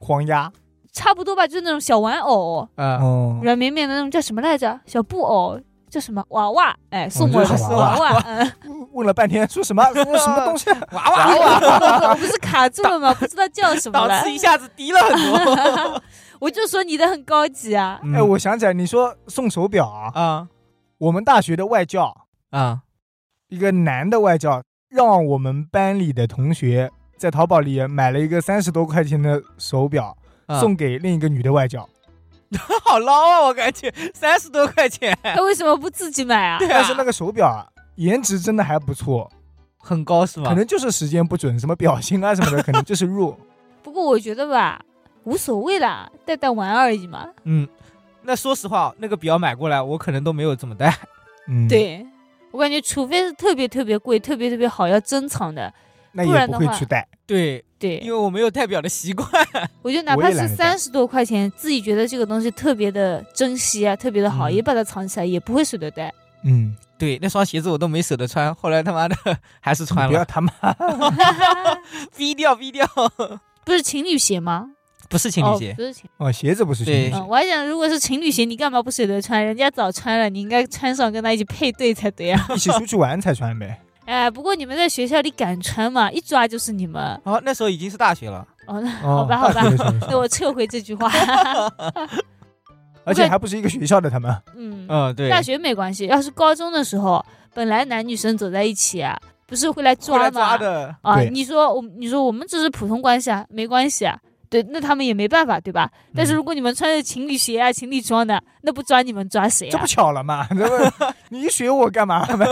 Speaker 1: 黄鸭，
Speaker 2: 差不多吧，就是那种小玩偶，
Speaker 3: 嗯，
Speaker 1: 哦，
Speaker 2: 软绵绵的那种叫什么来着？小布偶叫什么娃娃？哎，送我
Speaker 1: 就
Speaker 2: 的
Speaker 1: 是
Speaker 2: 是
Speaker 1: 娃
Speaker 2: 娃娃。
Speaker 1: [LAUGHS]
Speaker 2: 嗯，
Speaker 1: 问了半天说 [LAUGHS] 什么说什么东西？啊
Speaker 3: 娃娃
Speaker 2: 哦
Speaker 3: 娃，
Speaker 2: 我不是卡住了吗？不知道叫什么
Speaker 3: 档
Speaker 2: 了
Speaker 3: 次。一下子低了很多。
Speaker 2: [LAUGHS] 我就说你的很高级
Speaker 3: [LAUGHS]
Speaker 2: 啊。
Speaker 1: 哎，我想起来，你说送手表啊，
Speaker 3: 啊
Speaker 1: 我们大学的外教，
Speaker 3: 啊
Speaker 1: 一个男的外教，让我们班里的同学在淘宝里买了一个三十多块钱的手表，
Speaker 3: 啊
Speaker 1: 送给另一个女的外教。
Speaker 3: [LAUGHS] 好捞啊！我感觉三十多块钱，
Speaker 2: 他为什么不自己买啊？
Speaker 3: 对啊
Speaker 1: [LAUGHS] 但是那个手表啊，颜值真的还不错，
Speaker 3: 很高是吗
Speaker 1: 可？能就是时间不准，什么表情啊什
Speaker 3: [LAUGHS]
Speaker 1: 么的，可能就是弱。
Speaker 2: 不过我觉得吧，无所谓啦，带带玩而已嘛。
Speaker 3: 嗯，那说实话，那个表买过来，我可能都没有怎么戴。
Speaker 1: 嗯，，
Speaker 2: 对我感觉，除非是特别特别贵、特别特别好要珍藏的，
Speaker 1: 那
Speaker 2: 不
Speaker 1: 也
Speaker 2: 然
Speaker 1: 不
Speaker 2: 的
Speaker 1: 会
Speaker 2: 话
Speaker 1: 去戴。
Speaker 3: [LAUGHS] 对，
Speaker 2: 对
Speaker 3: 因为我没有戴表的习惯。
Speaker 2: 我觉得哪
Speaker 1: 我
Speaker 2: 怕
Speaker 1: 也
Speaker 2: 是
Speaker 1: 懒得带
Speaker 2: 三十多块钱，自己觉得这个东西特别的珍惜啊，特别的好，
Speaker 3: 嗯
Speaker 2: 也把它藏起来，也不会舍得戴。
Speaker 1: 嗯，
Speaker 3: 对，那双鞋子我都没舍得穿，后来他妈的 [LAUGHS] 还是
Speaker 1: 你
Speaker 3: 穿
Speaker 1: 不要
Speaker 3: 了，
Speaker 1: 他妈
Speaker 3: 逼掉逼 [LAUGHS] 掉，
Speaker 2: 不是情侣鞋吗？
Speaker 3: 不是情侣鞋
Speaker 2: 哦、，不是情。
Speaker 1: 哦，鞋子不是情侣
Speaker 3: 对
Speaker 1: 鞋
Speaker 3: [LAUGHS]
Speaker 2: 嗯，我还想，如果是情侣鞋，你干嘛不舍得穿？人家早穿了，你应该穿上跟他一起配对才
Speaker 1: [LAUGHS]
Speaker 2: 对啊！
Speaker 1: 一起出去玩才穿
Speaker 3: [LAUGHS]
Speaker 1: 呗。
Speaker 2: 哎，不过你们在学校里敢穿嘛，一抓就是你们。
Speaker 3: 哦，那时候已经是大学了，
Speaker 2: 哦，那
Speaker 1: 哦
Speaker 2: 好吧，好吧，
Speaker 1: 对对对
Speaker 2: 那我撤回这句话。
Speaker 1: 而且还不是一个学校的，他们
Speaker 2: 嗯，
Speaker 3: 嗯，对，
Speaker 2: 大学没关系，要是高中的时候，本来男女生走在一起啊，不是会来
Speaker 3: 过
Speaker 2: 抓
Speaker 3: 来
Speaker 2: 吗？
Speaker 3: 抓的，
Speaker 2: 啊，
Speaker 1: 对
Speaker 2: 你说我，你说我们只是普通关系啊，没关系啊。对，那他们也没办法，对吧？但是
Speaker 3: 嗯
Speaker 2: 如果你们穿着情侣鞋啊、情侣装的，那不抓你们抓谁
Speaker 1: 这
Speaker 2: 啊
Speaker 1: 不？巧了 [LAUGHS] 吗？这不，你学我干嘛 [LAUGHS] 嘛？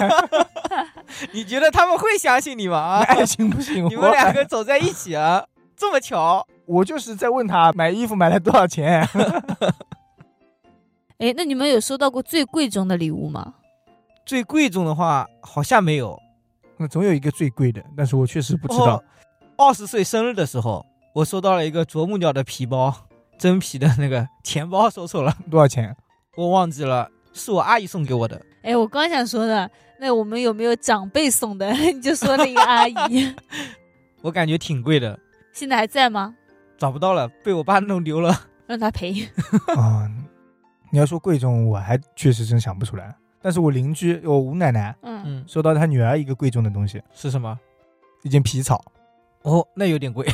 Speaker 3: 你觉得他们会相信你吗？ [LAUGHS] 啊，
Speaker 1: 爱情不行，
Speaker 3: 你们
Speaker 1: 我
Speaker 3: 两个走在一起啊，这么巧，
Speaker 1: 我就是在问他买衣服买了多少钱。 [LAUGHS]
Speaker 2: 哎，那你们有收到过最贵重的礼物吗？
Speaker 3: [LAUGHS] 最贵重的话好像没有，
Speaker 1: 那总有一个最贵的，但是我确实不
Speaker 3: 不
Speaker 1: 知道。。
Speaker 3: 二十岁生日的时候，我收到了一个啄木鸟的皮包，真皮的那个钱包收走了，
Speaker 1: 多少钱？
Speaker 3: 我忘记了，是我阿姨送给我的。
Speaker 2: 哎，我刚想说的，那我们有没有长辈送的？ [LAUGHS] 你就说那个阿姨， [LAUGHS]
Speaker 3: 我感觉挺贵的，
Speaker 2: 现在还在吗？
Speaker 3: 找不到了，被我爸弄丢了。
Speaker 2: 让她赔。
Speaker 1: [LAUGHS] 啊、你要说贵重，我还确实真想不出来。但是我邻居，我吴奶奶
Speaker 2: 嗯，
Speaker 3: 嗯，
Speaker 1: 收到她女儿一个贵重的东西，
Speaker 3: 是什么？
Speaker 1: 一件皮草，
Speaker 3: 哦，那有点贵，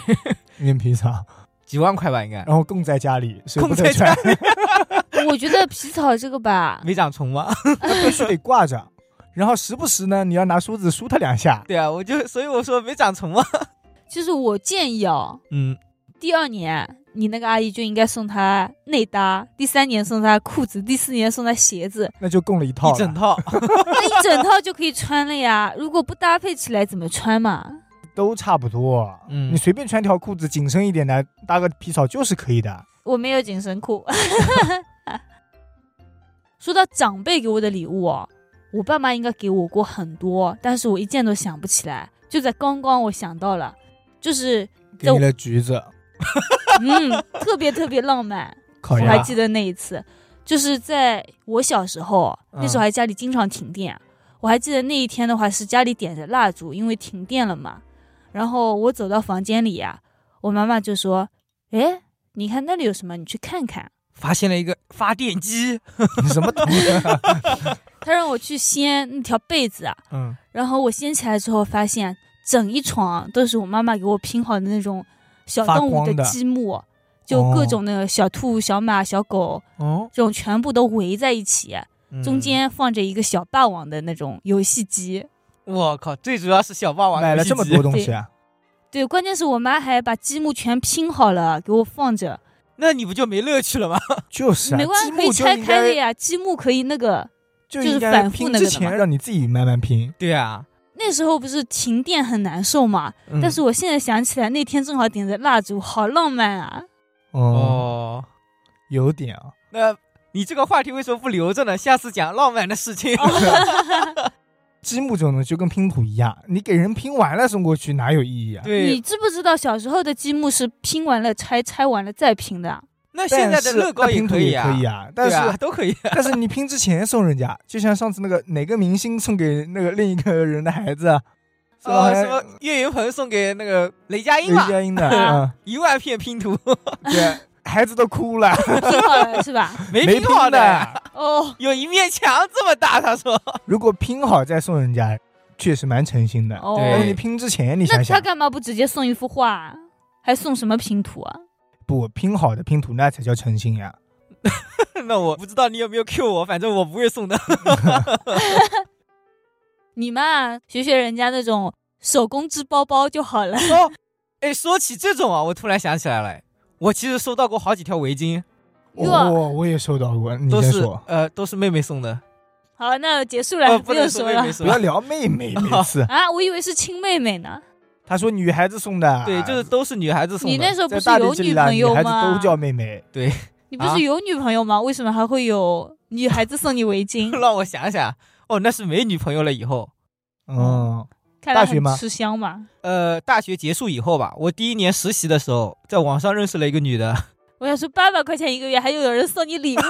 Speaker 1: 一件皮草，
Speaker 3: 几万块吧，应该。
Speaker 1: 然后供在家里，舍不
Speaker 3: 供
Speaker 1: 得
Speaker 3: 在
Speaker 1: 穿，嗯
Speaker 2: 我觉得皮草这个吧，
Speaker 3: 没长虫吗？ [LAUGHS]
Speaker 1: 必须得挂着。然后时不时呢，你要拿梳子梳它两下。
Speaker 3: 对啊，我就所以我说没长虫吗？
Speaker 2: 就是我建议哦，
Speaker 3: 嗯，
Speaker 2: 第二年你那个阿姨就应该送她内搭，第三年送她裤子，第四年送她鞋子，
Speaker 1: 那就供了一套
Speaker 3: 一
Speaker 1: 了 [LAUGHS]
Speaker 3: 整套。
Speaker 2: 那一整套就可以穿了呀。如果不搭配起来怎么穿嘛？
Speaker 1: 都差不多。
Speaker 3: 嗯
Speaker 1: 你随便穿条裤子紧身一点的，搭个皮草就是可以的。
Speaker 2: 我没有紧身裤。 [LAUGHS] 说到长辈给我的礼物哦，我爸妈应该给我过很多，但是我一件都想不起来。就在刚刚，我想到了，就是
Speaker 1: 给你了橘子，
Speaker 2: 嗯，特别特别浪漫。
Speaker 1: 烤
Speaker 2: 我还
Speaker 1: 鸭，
Speaker 2: 记得那一次，就是在我小时候，那
Speaker 1: 嗯
Speaker 2: 时候还家里经常停电。我还记得那一天的话是家里点着蜡烛，因为停电了嘛。然后我走到房间里呀、我妈妈就说：“哎，你看那里有什么？你去看看。
Speaker 3: 发现了一个发电机，
Speaker 1: 你什么图？”
Speaker 2: 她让我去掀那条被子啊。
Speaker 1: 嗯，
Speaker 2: 然后我掀起来之后，发现整一床都是我妈妈给我拼好的那种小
Speaker 1: 发
Speaker 2: 动物
Speaker 1: 光
Speaker 2: 的
Speaker 1: 的
Speaker 2: 积木，就各种那个小兔、小马、小狗
Speaker 1: 哦，
Speaker 2: 这种全部都围在一起。中
Speaker 1: 嗯
Speaker 2: 间放着一个小霸王的那种游戏机。
Speaker 3: 嗯，我靠，最主要是小霸王
Speaker 1: 买了
Speaker 3: 游戏
Speaker 1: 这么
Speaker 3: 机
Speaker 1: 多，东西啊？
Speaker 2: 对，关键是我妈还把积木全拼好了给我放着，
Speaker 3: 那你不就没乐趣了吗？
Speaker 1: 就是啊，
Speaker 2: 没
Speaker 1: 积
Speaker 2: 关系，
Speaker 1: 木
Speaker 2: 可以拆
Speaker 1: 就应
Speaker 2: 开
Speaker 1: 该
Speaker 2: 的呀。积木可以那个，
Speaker 1: 就
Speaker 2: 就是
Speaker 1: 应该
Speaker 2: 反复
Speaker 1: 拼
Speaker 2: 那
Speaker 1: 之
Speaker 2: 个的
Speaker 1: 前
Speaker 2: 嘛
Speaker 1: 让你自己慢慢拼。
Speaker 3: 对啊，
Speaker 2: 那时候不是停电很难受嘛？
Speaker 3: 嗯
Speaker 2: 但是我现在想起来，那天正好点着蜡烛，好浪漫啊！
Speaker 1: 哦，
Speaker 3: 哦，
Speaker 1: 有点啊。
Speaker 3: 那你这个话题为什么不留着呢？下次讲浪漫的事情。
Speaker 1: 哦积木这种东西就跟拼图一样，你给人拼完了送过去哪有意义啊？
Speaker 2: 你
Speaker 3: 对，
Speaker 2: 知不知道小时候的积木是拼完了拆，拆完了再拼的？啊
Speaker 3: 那现在的
Speaker 1: 但是
Speaker 3: 乐高
Speaker 1: 那
Speaker 3: 也
Speaker 1: 拼图
Speaker 3: 可以
Speaker 1: 也
Speaker 3: 啊，
Speaker 1: 可以啊，但
Speaker 3: 对
Speaker 1: 是
Speaker 3: 啊，都可以。
Speaker 1: 但是你拼之前送人家，就像上次那个哪个明星送给那个另一个人的孩子，啊是吧？
Speaker 3: 呃，
Speaker 1: 好
Speaker 3: 什
Speaker 1: 像
Speaker 3: 么岳云鹏送给那个雷佳音
Speaker 1: 雷
Speaker 3: 嘛，
Speaker 1: 佳
Speaker 3: [LAUGHS]
Speaker 1: 音的，
Speaker 2: 啊
Speaker 1: 嗯，
Speaker 3: 一万片
Speaker 1: [LAUGHS]
Speaker 3: 拼图
Speaker 1: 对，孩子都哭了，
Speaker 2: [LAUGHS] 拼好了是吧？
Speaker 3: [LAUGHS] 没
Speaker 1: 没
Speaker 3: 拼好的，
Speaker 1: 的。
Speaker 2: 哦，
Speaker 3: 有一面墙这么大，他说。 [LAUGHS]
Speaker 1: 如果拼好再送人家，确实蛮诚心的。
Speaker 2: 哦
Speaker 1: 但是
Speaker 3: 对
Speaker 1: 你拼之前，你
Speaker 2: 那
Speaker 1: 想
Speaker 2: 他
Speaker 1: 想，
Speaker 2: 干嘛不直接送一幅画啊？还送什么拼图啊？
Speaker 1: 不拼好的拼图那才叫诚心啊呀。
Speaker 3: 那我不知道你有没有 Q 我，反正我不会
Speaker 1: [LAUGHS]
Speaker 3: 送的。
Speaker 2: 你嘛，学学人家那种手工织包包就好了。
Speaker 3: 哦，哎，说起这种啊，我突然想起来了，我其实收到过好几条围巾，
Speaker 1: 我、
Speaker 2: 哟
Speaker 1: 我我也收到过，你
Speaker 3: 都
Speaker 1: 先
Speaker 3: 是
Speaker 1: 说，
Speaker 3: 呃都是妹妹送的，
Speaker 2: 好，那结束了，
Speaker 3: 哦不
Speaker 2: 不用
Speaker 3: 能
Speaker 2: 哎说
Speaker 3: 妹
Speaker 2: 了。
Speaker 3: 妹
Speaker 1: 不
Speaker 3: 送
Speaker 1: 要
Speaker 3: 的，
Speaker 1: 聊妹
Speaker 3: [LAUGHS]
Speaker 1: 妹每次
Speaker 2: 啊！我以为是亲妹妹呢。
Speaker 1: 他说女孩子送的，
Speaker 3: 对，就是都是女孩子送的。
Speaker 2: 你那时候不
Speaker 1: 在
Speaker 2: 是
Speaker 1: 大
Speaker 2: 有
Speaker 1: 理这啊里
Speaker 2: 女
Speaker 1: 啦，女
Speaker 2: 朋友
Speaker 1: 孩子
Speaker 2: 吗
Speaker 1: 都？叫啊妹妹。
Speaker 2: 你不是有女朋友吗？为什么还会有女孩子送你围
Speaker 1: [LAUGHS]
Speaker 2: 巾？
Speaker 3: [LAUGHS] 让我想想，哦，那是没女朋友了以后，
Speaker 1: 嗯，
Speaker 2: 哦看来
Speaker 1: 大学
Speaker 2: 很
Speaker 1: 吗
Speaker 2: 吃香嘛。
Speaker 3: 呃，大学结束以后吧，我第一年实习的时候，在网上认识了一个女的， [LAUGHS]
Speaker 2: 我想说八百块钱一个月，还有人送你礼
Speaker 1: [LAUGHS]
Speaker 2: 物啊！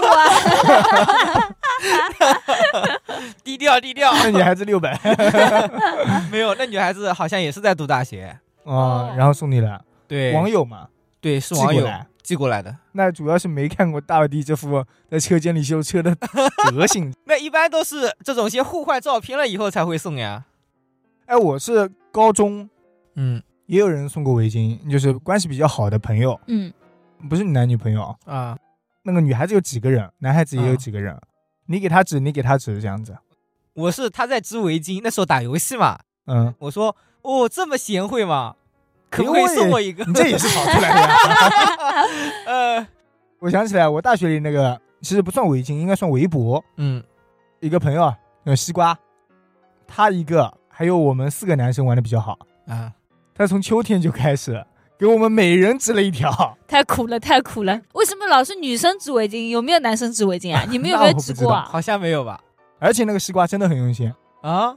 Speaker 3: 低调低调，
Speaker 1: 那女孩子六
Speaker 2: [LAUGHS]
Speaker 1: 百嗯
Speaker 3: [LAUGHS] 没有，那女孩子好像也是在读大学，
Speaker 2: 哦
Speaker 1: 啊，然后送你了，
Speaker 3: 对，
Speaker 1: 网友嘛，
Speaker 3: 对是
Speaker 1: 寄
Speaker 3: 网
Speaker 1: 过
Speaker 3: 友
Speaker 1: 来。
Speaker 3: 寄过来的。
Speaker 1: 那主要是没看过大弟这副在车间里修车的 [LAUGHS] 德行。
Speaker 3: 那一般都是这种先互换照片了以后才会送呀。
Speaker 1: 哎，我是高中
Speaker 3: 嗯
Speaker 1: 也有人送过围巾，就是关系比较好的朋友，
Speaker 2: 嗯，
Speaker 1: 不是你男女朋友，
Speaker 3: 啊，
Speaker 1: 那个女孩子有几个人，男孩子也有
Speaker 3: 嗯
Speaker 1: 几个人，你给他指，你给他指，这样子。
Speaker 3: 我是她在织围巾，那时候打游戏嘛，
Speaker 2: [LAUGHS]
Speaker 1: 嗯，
Speaker 3: 我说哦这么贤惠嘛，可不可
Speaker 1: 哎
Speaker 3: 以
Speaker 1: 我也
Speaker 3: 送我一个？
Speaker 1: 你这也是跑出来的呀。
Speaker 3: [LAUGHS] 呃
Speaker 1: 我想起来，我大学里那个其实不算围巾，应该算围脖。
Speaker 3: 嗯
Speaker 1: 一个朋友啊，叫西瓜，他一个，还有我们四个男生玩的比较好。
Speaker 3: 啊
Speaker 1: 他从秋天就开始给我们每人织了一条，
Speaker 2: 太苦了，太苦了。为什么老是女生织围巾？有没有男生织围巾啊？你们
Speaker 1: [LAUGHS]
Speaker 2: 有
Speaker 1: 那
Speaker 2: 没有
Speaker 1: 我不
Speaker 2: 织
Speaker 1: 知
Speaker 2: 过啊？
Speaker 3: 好像没有吧？
Speaker 1: 而且那个西瓜真的很用心，
Speaker 3: 啊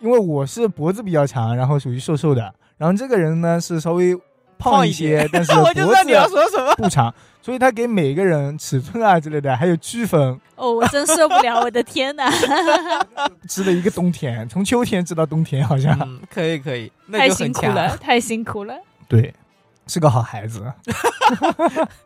Speaker 1: 因为我是脖子比较长，然后属于瘦瘦的，然后这个人呢是稍微
Speaker 3: 胖
Speaker 1: 一
Speaker 3: 一
Speaker 1: 些，但是
Speaker 3: [LAUGHS] 我就知
Speaker 1: 脖
Speaker 3: 道你要
Speaker 1: 子
Speaker 3: 说什么。
Speaker 1: 不长，所以他给每个人尺寸啊之类的，还有区分，
Speaker 2: 哦，我真受不了，我的
Speaker 1: [LAUGHS]
Speaker 2: 天哪！
Speaker 1: 织了一个冬天，从秋天织到冬天好像。
Speaker 3: 嗯，可以可以，那
Speaker 2: 太
Speaker 3: 就
Speaker 2: 辛
Speaker 3: 很
Speaker 2: 苦
Speaker 3: 强。
Speaker 2: 了，太辛苦了。
Speaker 1: 对，是个好孩子。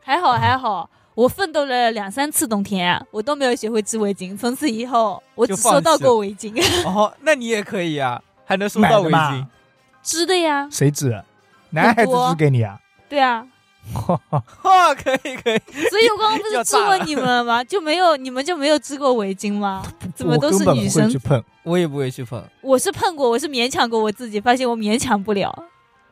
Speaker 2: 还好还好，我奋斗了两三次冬天啊，我都没有学会织围巾。从此以后，我只
Speaker 3: 就放
Speaker 2: 收到
Speaker 3: 弃
Speaker 2: 过围巾， [LAUGHS]
Speaker 3: 哦，那你也可以啊，还能收
Speaker 1: 买
Speaker 3: 到
Speaker 1: 的
Speaker 3: 围
Speaker 1: 吧
Speaker 3: 巾。 [LAUGHS]
Speaker 2: 织的呀，
Speaker 1: 谁织？男孩子织给你啊？
Speaker 2: 对啊。
Speaker 3: 哦，可以可以，
Speaker 2: 所以我刚刚不是
Speaker 3: [LAUGHS] 要
Speaker 2: 质
Speaker 3: 炸了
Speaker 2: 问你们了吗？就没有你们就没有织过围巾
Speaker 3: [LAUGHS]
Speaker 2: 吗？怎么
Speaker 1: 我
Speaker 2: 都是
Speaker 1: 根本
Speaker 2: 女
Speaker 1: 不会
Speaker 2: 生
Speaker 1: 去？碰。
Speaker 3: 我也不会去碰。
Speaker 2: 我是碰过，我是勉强过我自己，发现我勉强不了。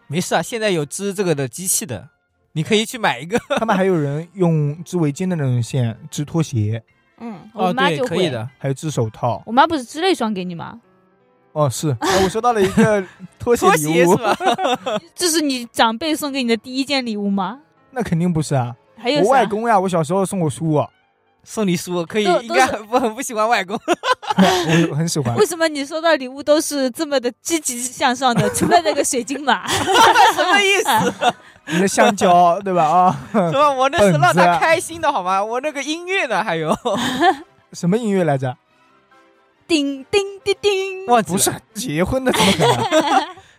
Speaker 3: 没事啊，现在有织这个的机器的，你可以去买一个。
Speaker 1: [LAUGHS] 他们还有人用织围巾的那种线织拖鞋，
Speaker 2: 嗯，我
Speaker 3: 哦，
Speaker 2: 妈
Speaker 3: 对
Speaker 2: 就，
Speaker 3: 可
Speaker 2: 会。
Speaker 3: 以的。
Speaker 1: 还有织手套。
Speaker 2: 我妈不是织了一双给你吗？
Speaker 1: 哦，
Speaker 3: [LAUGHS]
Speaker 1: 是，哎我收到了一个拖鞋
Speaker 3: 拖
Speaker 1: 礼
Speaker 3: 鞋是
Speaker 1: 物，
Speaker 3: 吧？
Speaker 2: 这是你长辈送给你的第一件礼物吗？
Speaker 1: 那肯定不是啊。
Speaker 2: 还有
Speaker 1: 我
Speaker 2: 啥
Speaker 1: 外？公呀，我小时候送我书，啊我
Speaker 3: [LAUGHS] 送你书可以，
Speaker 2: 都
Speaker 3: 应该很不很不喜欢外公。
Speaker 1: 我很喜
Speaker 3: [LAUGHS]
Speaker 1: 欢
Speaker 2: 为。什么你收到礼物都是这么的积极向上
Speaker 3: [LAUGHS]
Speaker 2: 的？除了那个水晶马，
Speaker 3: 什么意 [LAUGHS] 思？
Speaker 1: 你的香蕉，对吧？啊，
Speaker 3: 是吧？我那是让
Speaker 1: 本子
Speaker 3: 他开心的好吗？我那个音乐呢？还有
Speaker 1: 什么音乐来着？
Speaker 2: 叮叮叮叮。
Speaker 3: 忘记
Speaker 1: 不
Speaker 3: 了
Speaker 1: 是，结婚的，怎么可能？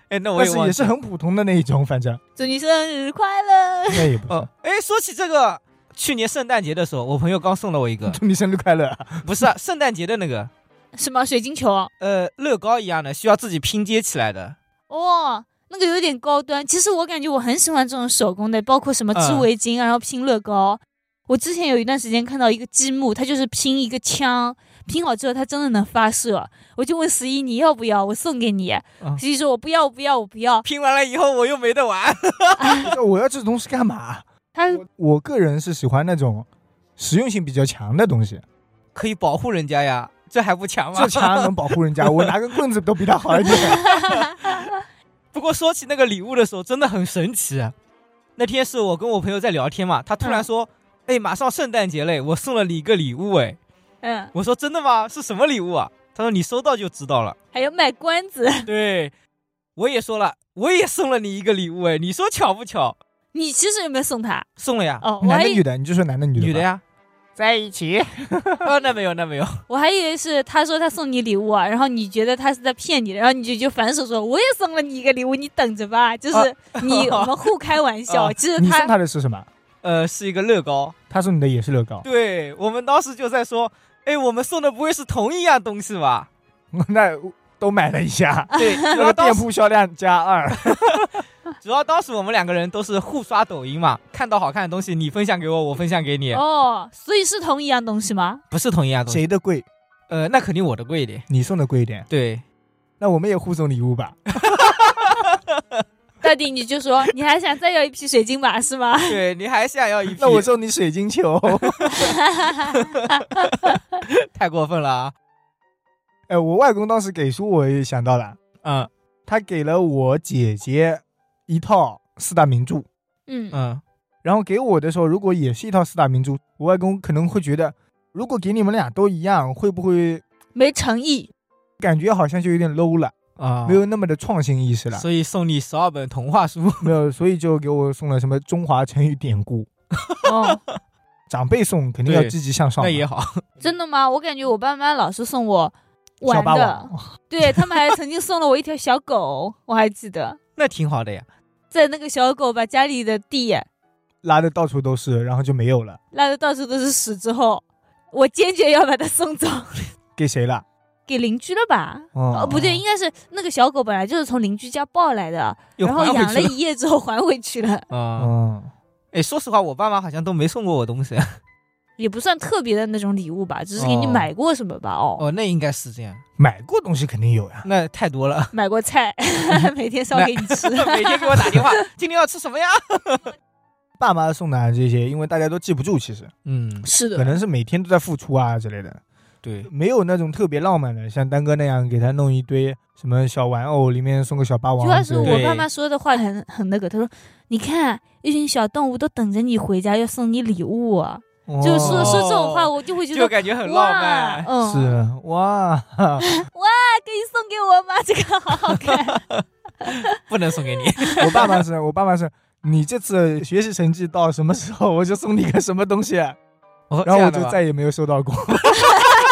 Speaker 3: 哎，那 [LAUGHS] 我
Speaker 1: 但
Speaker 3: 也
Speaker 1: 是
Speaker 3: 忘
Speaker 1: 也
Speaker 3: 记
Speaker 1: 是很普通的那一种，反正
Speaker 2: [LAUGHS] 祝你生日快乐！
Speaker 1: 那也不
Speaker 3: 哦
Speaker 1: 是。。
Speaker 3: 哎，说起这个，去年圣诞节的时候，我朋友刚送了我
Speaker 1: [LAUGHS]
Speaker 3: 一个，
Speaker 1: 祝你生日快乐！
Speaker 3: 不是啊圣诞节的那个，
Speaker 2: 什么水晶球？
Speaker 3: 呃，乐高一样的，需要自己拼接起来的。
Speaker 2: 哦，那个有点高端。其实我感觉我很喜欢这种手工的，包括什么织
Speaker 3: 嗯
Speaker 2: 围巾，然后拼乐高。我之前有一段时间看到一个积木，它就是拼一个枪，拼好之后它真的能发射。我就问十一你要不要，我送给你。
Speaker 3: 嗯
Speaker 2: 十一说我不要，我不要，我不要。
Speaker 3: 拼完了以后，我又没得玩。 [LAUGHS]
Speaker 1: 我要这东西干嘛？
Speaker 2: 他
Speaker 1: 我我个人是喜欢那种实用性比较强的东西，
Speaker 3: [LAUGHS] 可以保护人家呀，这还不强吗
Speaker 1: 这？枪能保护人家，我拿根棍子都比他好一点。
Speaker 3: 不过说起那个礼物的时候，真的很神奇。啊那天是我跟我朋友在聊天嘛，他突然说：“哎、马上圣诞节嘞，我送了你一个礼物。”哎，
Speaker 2: 嗯，
Speaker 3: 我说：“真的吗？是什么礼物啊？”他说：“你收到就知道 [LAUGHS] 了。
Speaker 2: 还要卖关子。”
Speaker 3: 对，我也说了，我也送了你一个礼物。哎，你说巧不巧？
Speaker 2: 你其实有没有送他？
Speaker 3: 送了呀，
Speaker 2: 哦，我
Speaker 1: 男
Speaker 2: 还
Speaker 1: 的
Speaker 2: 以
Speaker 1: 女的，你就说男的女的。
Speaker 3: 女的。 [LAUGHS] 呀。
Speaker 1: 在一起，
Speaker 3: 啊，那没有，那没有。
Speaker 2: 我还以为是他说他送你礼物啊，然后你觉得他是在骗你的，然后你就就反手说我也送了你一个礼物，你等着吧。就是
Speaker 1: [LAUGHS]
Speaker 2: 你、我们互开玩笑，
Speaker 3: 啊
Speaker 2: 其实
Speaker 1: 啊你送
Speaker 2: 他
Speaker 1: 他的是什么？
Speaker 3: 呃，是一个乐高。
Speaker 1: 他送你的也是乐高。
Speaker 3: 对我们当时就在说，哎，我们送的不会是同一样东西吧？。
Speaker 1: [LAUGHS] 那都买了一下
Speaker 3: [LAUGHS] 对，
Speaker 1: 那
Speaker 3: 然后
Speaker 1: 个
Speaker 3: 当
Speaker 1: 店
Speaker 3: 时
Speaker 1: 铺销量加二，
Speaker 3: 主要当时我们两个人都是互刷抖音嘛，看到好看的东西，你分享给我，我分享给你，
Speaker 2: 哦，所以是同一样东西吗？
Speaker 3: 不是同一样东西。
Speaker 1: 谁的贵？
Speaker 3: 呃，那肯定我的贵一点。
Speaker 1: 你送的贵一点。
Speaker 3: 对，
Speaker 1: 那我们也互送礼物吧。
Speaker 2: 大弟你就说你还想再要一批水晶吧，是
Speaker 1: [LAUGHS]
Speaker 2: 吗？
Speaker 3: 对你还想要一批？
Speaker 1: 那我送你水晶球。
Speaker 3: 太过分了啊！
Speaker 1: 哎，我外公当时给书，我也想到了，
Speaker 3: 嗯
Speaker 1: 他给了我姐姐一套四大名著，
Speaker 2: 嗯，
Speaker 3: 嗯，
Speaker 1: 然后给我的时候，如果也是一套四大名著，我外公可能会觉得，如果给你们俩都一样，会不会
Speaker 2: 没
Speaker 1: [LAUGHS]
Speaker 2: 诚意，
Speaker 1: 感觉好像就有点 low 了，
Speaker 3: 啊，
Speaker 1: 没有那么的创新意识了？
Speaker 3: 所以送你十二本童话书。 [LAUGHS]
Speaker 1: 没有，所以就给我送了什么中华成语典故。
Speaker 2: 哦，
Speaker 1: 长辈送肯定要积极向上嘛，
Speaker 3: 那也好， [LAUGHS]
Speaker 2: 真的吗？我感觉我爸妈老是送我玩
Speaker 1: 小霸
Speaker 2: 的，
Speaker 1: 王， [LAUGHS]
Speaker 2: 对他们还曾经送了我一条小狗，我还记得，
Speaker 3: 那挺好的呀。
Speaker 2: 在那个小狗把家里的地
Speaker 1: 拉的到处都是，然后就没有了，
Speaker 2: 拉的到处都是屎之后，我坚决要把它送走，
Speaker 1: 给谁了？
Speaker 2: 给邻居了吧？哦，
Speaker 1: 哦
Speaker 2: 不对，应该是那个小狗本来就是从邻居家抱来的，
Speaker 3: 又
Speaker 2: 然后
Speaker 3: 还回
Speaker 2: 养
Speaker 3: 去
Speaker 2: 了一夜之后还回去了，
Speaker 3: 啊，
Speaker 1: 嗯，
Speaker 3: 哎，说实话，我爸妈好像都没送过我东西。
Speaker 2: 也不算特别的那种礼物吧，只是给你
Speaker 3: 哦
Speaker 2: 买过什么吧？哦，
Speaker 3: 哦，那应该是这样，
Speaker 1: 买过东西肯定有呀。
Speaker 3: 那太
Speaker 1: [LAUGHS]
Speaker 3: 多了。
Speaker 2: 买过
Speaker 3: [LAUGHS]
Speaker 2: 菜，每天烧给你吃。
Speaker 3: 每天给我打电话，今天要吃什么呀？
Speaker 1: 爸妈送的这些，因为大家都记不住，其实
Speaker 3: 嗯，
Speaker 2: [LAUGHS] 是
Speaker 1: 可，能是每天都在付出啊之类的，
Speaker 3: 对，
Speaker 1: 没有那种特别浪漫的，像丹哥那样给他弄一堆什么小玩偶，里面送个小霸
Speaker 2: 主要
Speaker 1: 王之
Speaker 2: 是
Speaker 1: 类的。
Speaker 2: 我
Speaker 3: 对
Speaker 2: 爸妈说的话很很那个，他说：“你看，一群小动物都等着你回家，要送你礼物、啊。
Speaker 1: 哦
Speaker 2: 就是说说这种话，我就会觉
Speaker 3: 就
Speaker 2: 得
Speaker 3: 感觉很浪
Speaker 2: 哇，
Speaker 3: 漫。
Speaker 2: 嗯，啊，
Speaker 1: 是哇，哈
Speaker 2: 可以送给我吗？这个好好看。
Speaker 3: 不能送给你，
Speaker 1: 我爸妈是，我爸妈是，你这次学习成绩到什么时候，我就送你个什么东西， [LAUGHS] 啊然
Speaker 2: [LAUGHS]
Speaker 3: 然
Speaker 1: 后我就再也没有收到过。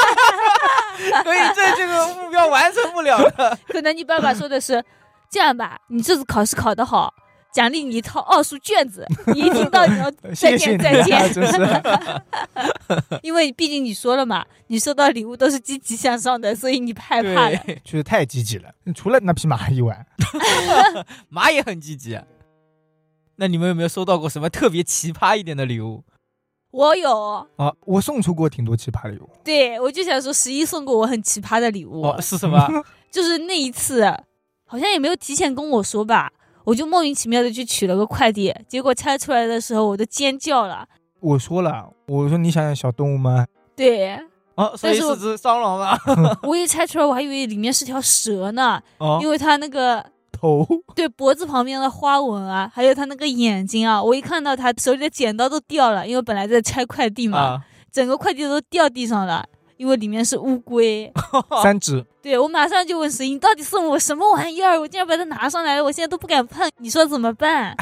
Speaker 2: [LAUGHS]
Speaker 3: 所以这这个目标完成不了了。
Speaker 2: 可能你爸爸说的是，这样吧，你这次考试考得好，奖励你一套奥数卷子。你一听到你要 [LAUGHS] 再
Speaker 1: 谢谢你
Speaker 2: 见再
Speaker 1: 啊， [LAUGHS]
Speaker 2: 见，
Speaker 1: 真是。
Speaker 2: 因为毕竟你说了嘛，你收到礼物都是积极向上的，所以你害怕了。
Speaker 3: 对，
Speaker 1: 确实太积极了。除了那匹马以外，
Speaker 3: 马也很积极。那你们有没有收到过什么特别奇葩一点的礼物？
Speaker 2: 我有，
Speaker 1: 啊，我送出过挺多奇葩的礼物。
Speaker 2: 对我就想说，十一送过我很奇葩的礼物，
Speaker 3: 哦，是什 [LAUGHS] 么？
Speaker 2: 就是那一次，好像也没有提前跟我说吧，我就莫名其妙的去取了个快递，结果拆出来的时候我都尖叫了。
Speaker 1: [LAUGHS] 我说了，我说你想想小动物吗？
Speaker 2: 对
Speaker 3: 哦，所以
Speaker 2: 但是我
Speaker 3: 是只蟑螂 [LAUGHS] 吗？
Speaker 2: 我一拆出来，我还以为里面是条蛇呢，
Speaker 3: 哦
Speaker 2: 因，为它那个
Speaker 1: 头，
Speaker 2: 对脖子旁边的花纹啊，还有它那个眼睛啊，我一看到它手里的剪刀都掉了，因为本来在拆快递嘛，
Speaker 3: 啊，
Speaker 2: 整个快递都掉地上了，因为里面是乌龟。
Speaker 1: 三只，
Speaker 2: 对我马上就问石英，到底送我什么玩意儿？我竟然把它拿上来了，我现在都不敢碰，你说怎么办？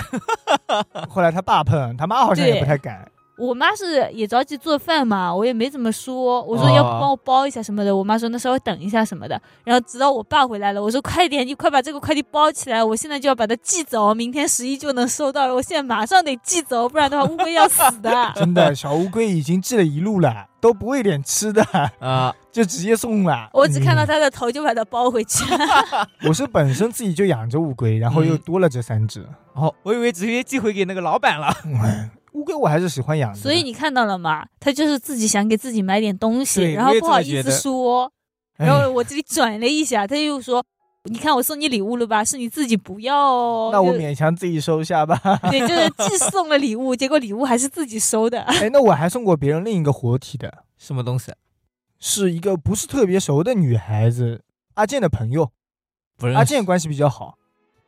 Speaker 1: 后来他爸碰，他妈好像也
Speaker 2: 对
Speaker 1: 不太敢。。
Speaker 2: 我妈是也着急做饭嘛，我也没怎么说，我说要
Speaker 3: 啊
Speaker 2: 不帮我包一下什么的，我妈说那稍微等一下什么的。然后直到我爸回来了，我说快点，你快把这个快递包起来，我现在就要把它寄走，明天十一就能收到了，我现在马上得寄走，不然的话乌龟要死的
Speaker 3: [LAUGHS]
Speaker 1: 真的，小乌龟已经寄了一路了，都不喂点吃的，
Speaker 3: 啊，
Speaker 1: 就直接送了。
Speaker 2: [LAUGHS] 我只看到
Speaker 1: 嗯，
Speaker 2: 它的头就把它包回去
Speaker 3: [LAUGHS]
Speaker 2: 了，
Speaker 1: 我是本身自己就养着乌龟，然后
Speaker 2: 嗯
Speaker 1: 又多了这三只。
Speaker 3: 哦，我以为直接寄回给那个老板了。
Speaker 1: 嗯乌龟我还是喜欢养的，
Speaker 2: 所以你看到了吗？它就是自己想给自己买点东西，
Speaker 3: 对
Speaker 2: 然后
Speaker 3: 我也
Speaker 2: 不
Speaker 3: 这么
Speaker 2: 好意
Speaker 3: 觉
Speaker 2: 思
Speaker 3: 得
Speaker 2: 说，
Speaker 1: 哎
Speaker 2: 然后我这里转了一下，他又说：“你看我送你礼物了吧？是你自己不要哦。”
Speaker 1: 那我
Speaker 2: 就
Speaker 1: 勉强自己收下吧。 [LAUGHS]
Speaker 2: [LAUGHS] 对，就是既送了礼物，结果礼物还是自己收的。
Speaker 1: 哎，那我还送过别人另一个活体的，
Speaker 3: 什么东西？
Speaker 1: 是一个不是特别熟的女孩子，阿健的朋友。
Speaker 3: 不认识。
Speaker 1: 阿健关系比较好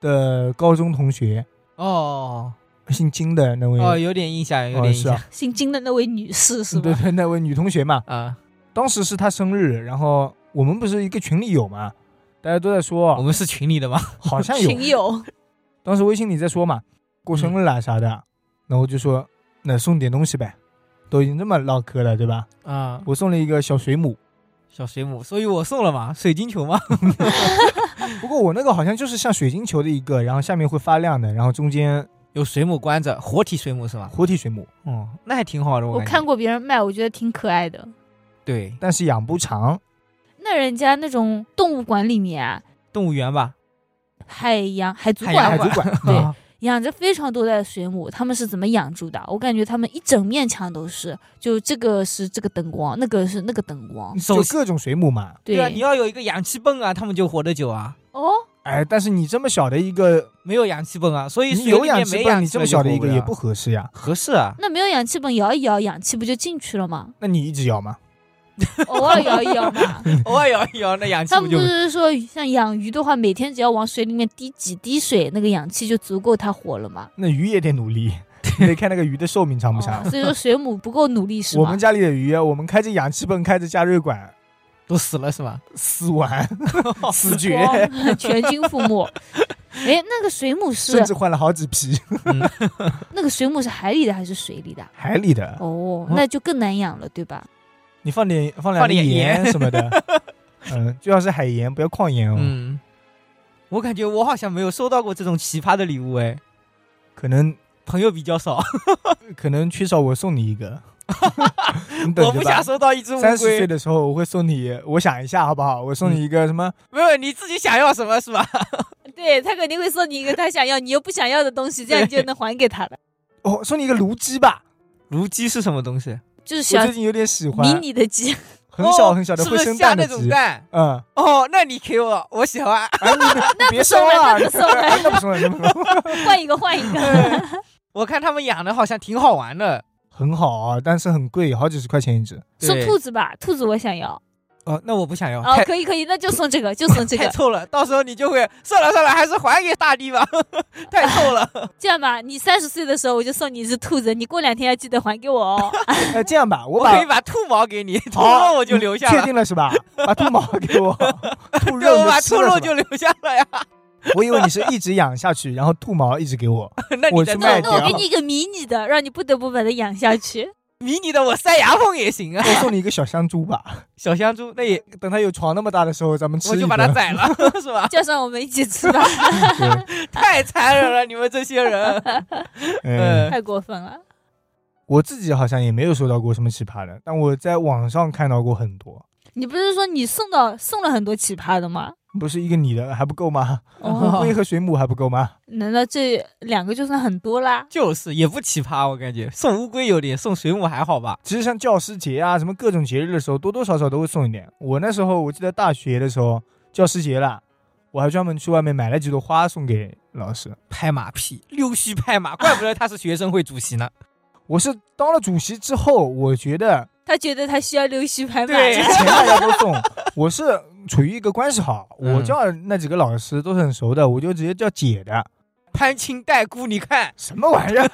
Speaker 1: 的高中同学，
Speaker 3: 哦
Speaker 1: 姓金的那位，
Speaker 3: 哦，有点印象，有点
Speaker 1: 哦
Speaker 3: 印
Speaker 1: 是
Speaker 3: 象
Speaker 1: 啊，
Speaker 2: [LAUGHS] 姓金的那位女士是
Speaker 1: [LAUGHS] 对
Speaker 2: 吧？
Speaker 1: 对，那位女同学嘛，
Speaker 3: 啊。
Speaker 1: 当时是她生日，然后我们不是一个群里有嘛，大家都在
Speaker 3: 我
Speaker 1: 说，
Speaker 3: 们是群里的吗？
Speaker 1: [LAUGHS] 好像有
Speaker 2: 群，友，
Speaker 1: 当时微信里在说嘛，过生日啦啥的，
Speaker 3: 嗯
Speaker 1: 那我就说，那送点东西呗，都已经这么唠嗑了，对吧？
Speaker 3: 啊，
Speaker 1: 我送了一个小水母，
Speaker 3: 小水母，所以我送了嘛，水晶球嘛。
Speaker 1: 不过我那个好像就是像水晶球的一个，然后下面会发亮的，然后中间
Speaker 3: 有水母关着，活体水母是吗？
Speaker 1: 活体水母，
Speaker 3: 哦，那还挺好的，
Speaker 2: 我
Speaker 3: 感觉
Speaker 2: 看过别人卖，我觉得挺可爱的。
Speaker 3: 对，
Speaker 1: 但是养不长，
Speaker 2: 那人家那种动物馆里面啊，
Speaker 3: 动物园吧，
Speaker 2: 海洋海族
Speaker 3: 海嗯洋
Speaker 1: 海
Speaker 2: 馆
Speaker 1: 族
Speaker 2: 吧
Speaker 1: 馆，
Speaker 2: 对
Speaker 3: [LAUGHS]
Speaker 1: 啊
Speaker 2: 养着非常多的水母，他们是怎么养住的？我感觉他们一整面墙都是，就这个是这个灯光，那个是那个灯光。
Speaker 1: 就各种水母嘛，
Speaker 2: 对
Speaker 3: 啊，你要有一个氧气泵啊，他们就活得久啊。
Speaker 2: 哦，
Speaker 1: 哎，但是你这么小的一个，
Speaker 3: 没有氧气泵啊，所以
Speaker 1: 你
Speaker 3: 水里
Speaker 1: 有
Speaker 3: 面
Speaker 1: 氧
Speaker 3: 没
Speaker 1: 气泵，你
Speaker 3: 气
Speaker 1: 这么
Speaker 3: 了就
Speaker 1: 小的
Speaker 3: 活
Speaker 1: 一个
Speaker 3: 了
Speaker 1: 也不合适呀。
Speaker 3: 合适啊。 [LAUGHS]
Speaker 2: 那没有氧气泵摇一摇，氧气不就进去了吗？
Speaker 1: 那你一直摇吗？
Speaker 2: 偶尔摇一摇嘛。
Speaker 3: 偶尔摇一摇，哦那氧气
Speaker 2: 他
Speaker 3: 不
Speaker 2: 们
Speaker 3: 就
Speaker 2: 不是说像养鱼的话，每天只要往水里面滴几滴水，那个氧气就足够它活了嘛。
Speaker 1: 那鱼也得努力，你得看那个鱼的寿命长不长。
Speaker 2: 哦所以说水母不够努力是
Speaker 1: 我
Speaker 2: 吗
Speaker 1: 们？家里的鱼，啊我们开着氧气泵，开着加热管，
Speaker 3: 都死了
Speaker 1: [LAUGHS]
Speaker 3: 是吗？
Speaker 1: 死完死绝，
Speaker 2: 光 [LAUGHS] 全军覆没。哎，那个水母是
Speaker 1: 甚至换了好几批
Speaker 3: 嗯
Speaker 2: 那个水母是海里的还是水里的？
Speaker 1: 海里的。
Speaker 2: 哦，那就更难养了，对吧？
Speaker 1: 你放点放
Speaker 3: 放
Speaker 1: 两
Speaker 3: 点
Speaker 1: 点
Speaker 3: 盐
Speaker 1: 盐什么的，嗯，最好是海盐，不要矿盐哦。
Speaker 3: 嗯，我感觉我好像没有收到过这种奇葩的礼物哎，
Speaker 1: 可能
Speaker 3: 朋友比较
Speaker 1: [LAUGHS]
Speaker 3: 少，
Speaker 1: 可能缺少，我送你一个，你等
Speaker 3: 我
Speaker 1: 着
Speaker 3: 不想
Speaker 1: 吧。
Speaker 3: 收到一只乌
Speaker 1: 三十岁
Speaker 3: 龟。嗯
Speaker 1: 的时候，我会送你，我想一下好不好？我送你一个什么？
Speaker 3: 没有，你自己想要什么是吧？
Speaker 2: 对他肯定会送你一个他想要你又不想要的东西，这样你就能还给他了。
Speaker 1: 哦，送你一个炉鸡吧，
Speaker 3: 炉鸡是什么东西？
Speaker 2: [LAUGHS] 就是
Speaker 1: 我
Speaker 2: 小
Speaker 1: 最近有点喜
Speaker 2: 迷
Speaker 1: 欢，
Speaker 2: 你的鸡，
Speaker 1: [LAUGHS] 很小
Speaker 3: 哦
Speaker 1: 很小的
Speaker 3: 是
Speaker 1: 会
Speaker 3: 不是
Speaker 1: 生
Speaker 3: 下
Speaker 1: 蛋
Speaker 3: 那
Speaker 1: 的
Speaker 3: 种
Speaker 1: 鸡。
Speaker 3: 蛋？ [LAUGHS]
Speaker 1: 嗯，
Speaker 3: 哦，那你给我，我喜欢。 [LAUGHS]
Speaker 1: 哎，你你别收了，
Speaker 2: 那不送了
Speaker 1: [LAUGHS] 哎那不送了，那不送了，
Speaker 2: 换一个换一个。 [LAUGHS]
Speaker 3: 我看他们养的好像挺好玩的。
Speaker 1: 很好啊，但是很贵，好几十块钱一只。
Speaker 3: 对
Speaker 2: 送兔子吧，兔子我想要。
Speaker 3: 哦，那我不想要，
Speaker 2: 哦，
Speaker 3: 太
Speaker 2: 可以可以，那就送这个，就送这
Speaker 3: 太
Speaker 2: 个。
Speaker 3: 臭了，到时候你就会算了算了，还是还给大地吧， [LAUGHS] 太臭了。
Speaker 2: 这样吧，你三十岁的时候我就送你一只兔子，你过两天要记得还给我哦。
Speaker 1: 哎，这样吧，我
Speaker 3: 我
Speaker 1: 把
Speaker 3: 可以把兔毛给你，兔
Speaker 1: 好，
Speaker 3: 肉我就留下
Speaker 1: 确
Speaker 3: 了，
Speaker 1: 定了是吧？把兔毛给
Speaker 3: [LAUGHS]
Speaker 1: 我，兔
Speaker 3: 对，
Speaker 1: 肉
Speaker 3: 我把
Speaker 1: 吃
Speaker 3: 兔
Speaker 1: 了
Speaker 3: 肉
Speaker 1: 是吧
Speaker 3: 就留下
Speaker 1: [LAUGHS]
Speaker 3: 了呀。
Speaker 1: 我以为你是一直养下去，然后兔毛一直给我。
Speaker 3: 那你
Speaker 1: 我
Speaker 3: 再
Speaker 1: 去
Speaker 3: 弄
Speaker 2: 那
Speaker 1: 卖
Speaker 2: 那我
Speaker 1: 掉
Speaker 2: 给你一个迷你的，让你不得不把它养下去。
Speaker 3: 迷你的我塞牙缝也行啊
Speaker 1: 我。送你一个小香猪吧，
Speaker 3: 小香猪，那 [LAUGHS] 也
Speaker 1: 等它有床那么大的时候，咱们吃
Speaker 3: 我
Speaker 1: 一
Speaker 3: 就
Speaker 1: 个。
Speaker 3: 把它
Speaker 1: [LAUGHS]
Speaker 3: 宰了，是吧？
Speaker 2: 叫上我们一起吃吧， [LAUGHS]
Speaker 3: [LAUGHS]
Speaker 1: 对，
Speaker 3: 太残忍了，你们这些人。 [LAUGHS]
Speaker 1: 嗯，
Speaker 2: 太过分了。
Speaker 1: 我自己好像也没有收到过什么奇葩的，但我在网上看到过很多。
Speaker 2: 你不是说你送到送了很多奇葩的吗？
Speaker 1: 不是一个你的还不够吗？
Speaker 2: 哦
Speaker 1: 乌龟和水母还不够吗？
Speaker 2: 难道这两个就算很多啦？
Speaker 3: 就是也不奇葩，我感觉送乌龟有点，送水母还好吧。
Speaker 1: 其实像教师节啊，什么各种节日的时候，多多少少都会送一点。我那时候我记得大学的时候，教师节了，我还专门去外面买了几朵花送给老师。
Speaker 3: 拍马屁，溜须拍马，怪不得他是学生会主席呢。
Speaker 1: 我是当了主席之后，我觉得
Speaker 2: 他觉得他需要溜须拍马，
Speaker 3: 对
Speaker 1: 之前大家都送，我是处于一个关系好，我叫那几个老师都是很熟的，我就直接叫姐的，
Speaker 3: 攀亲带故，你看，
Speaker 1: 什么玩意
Speaker 3: [LAUGHS]
Speaker 1: 儿？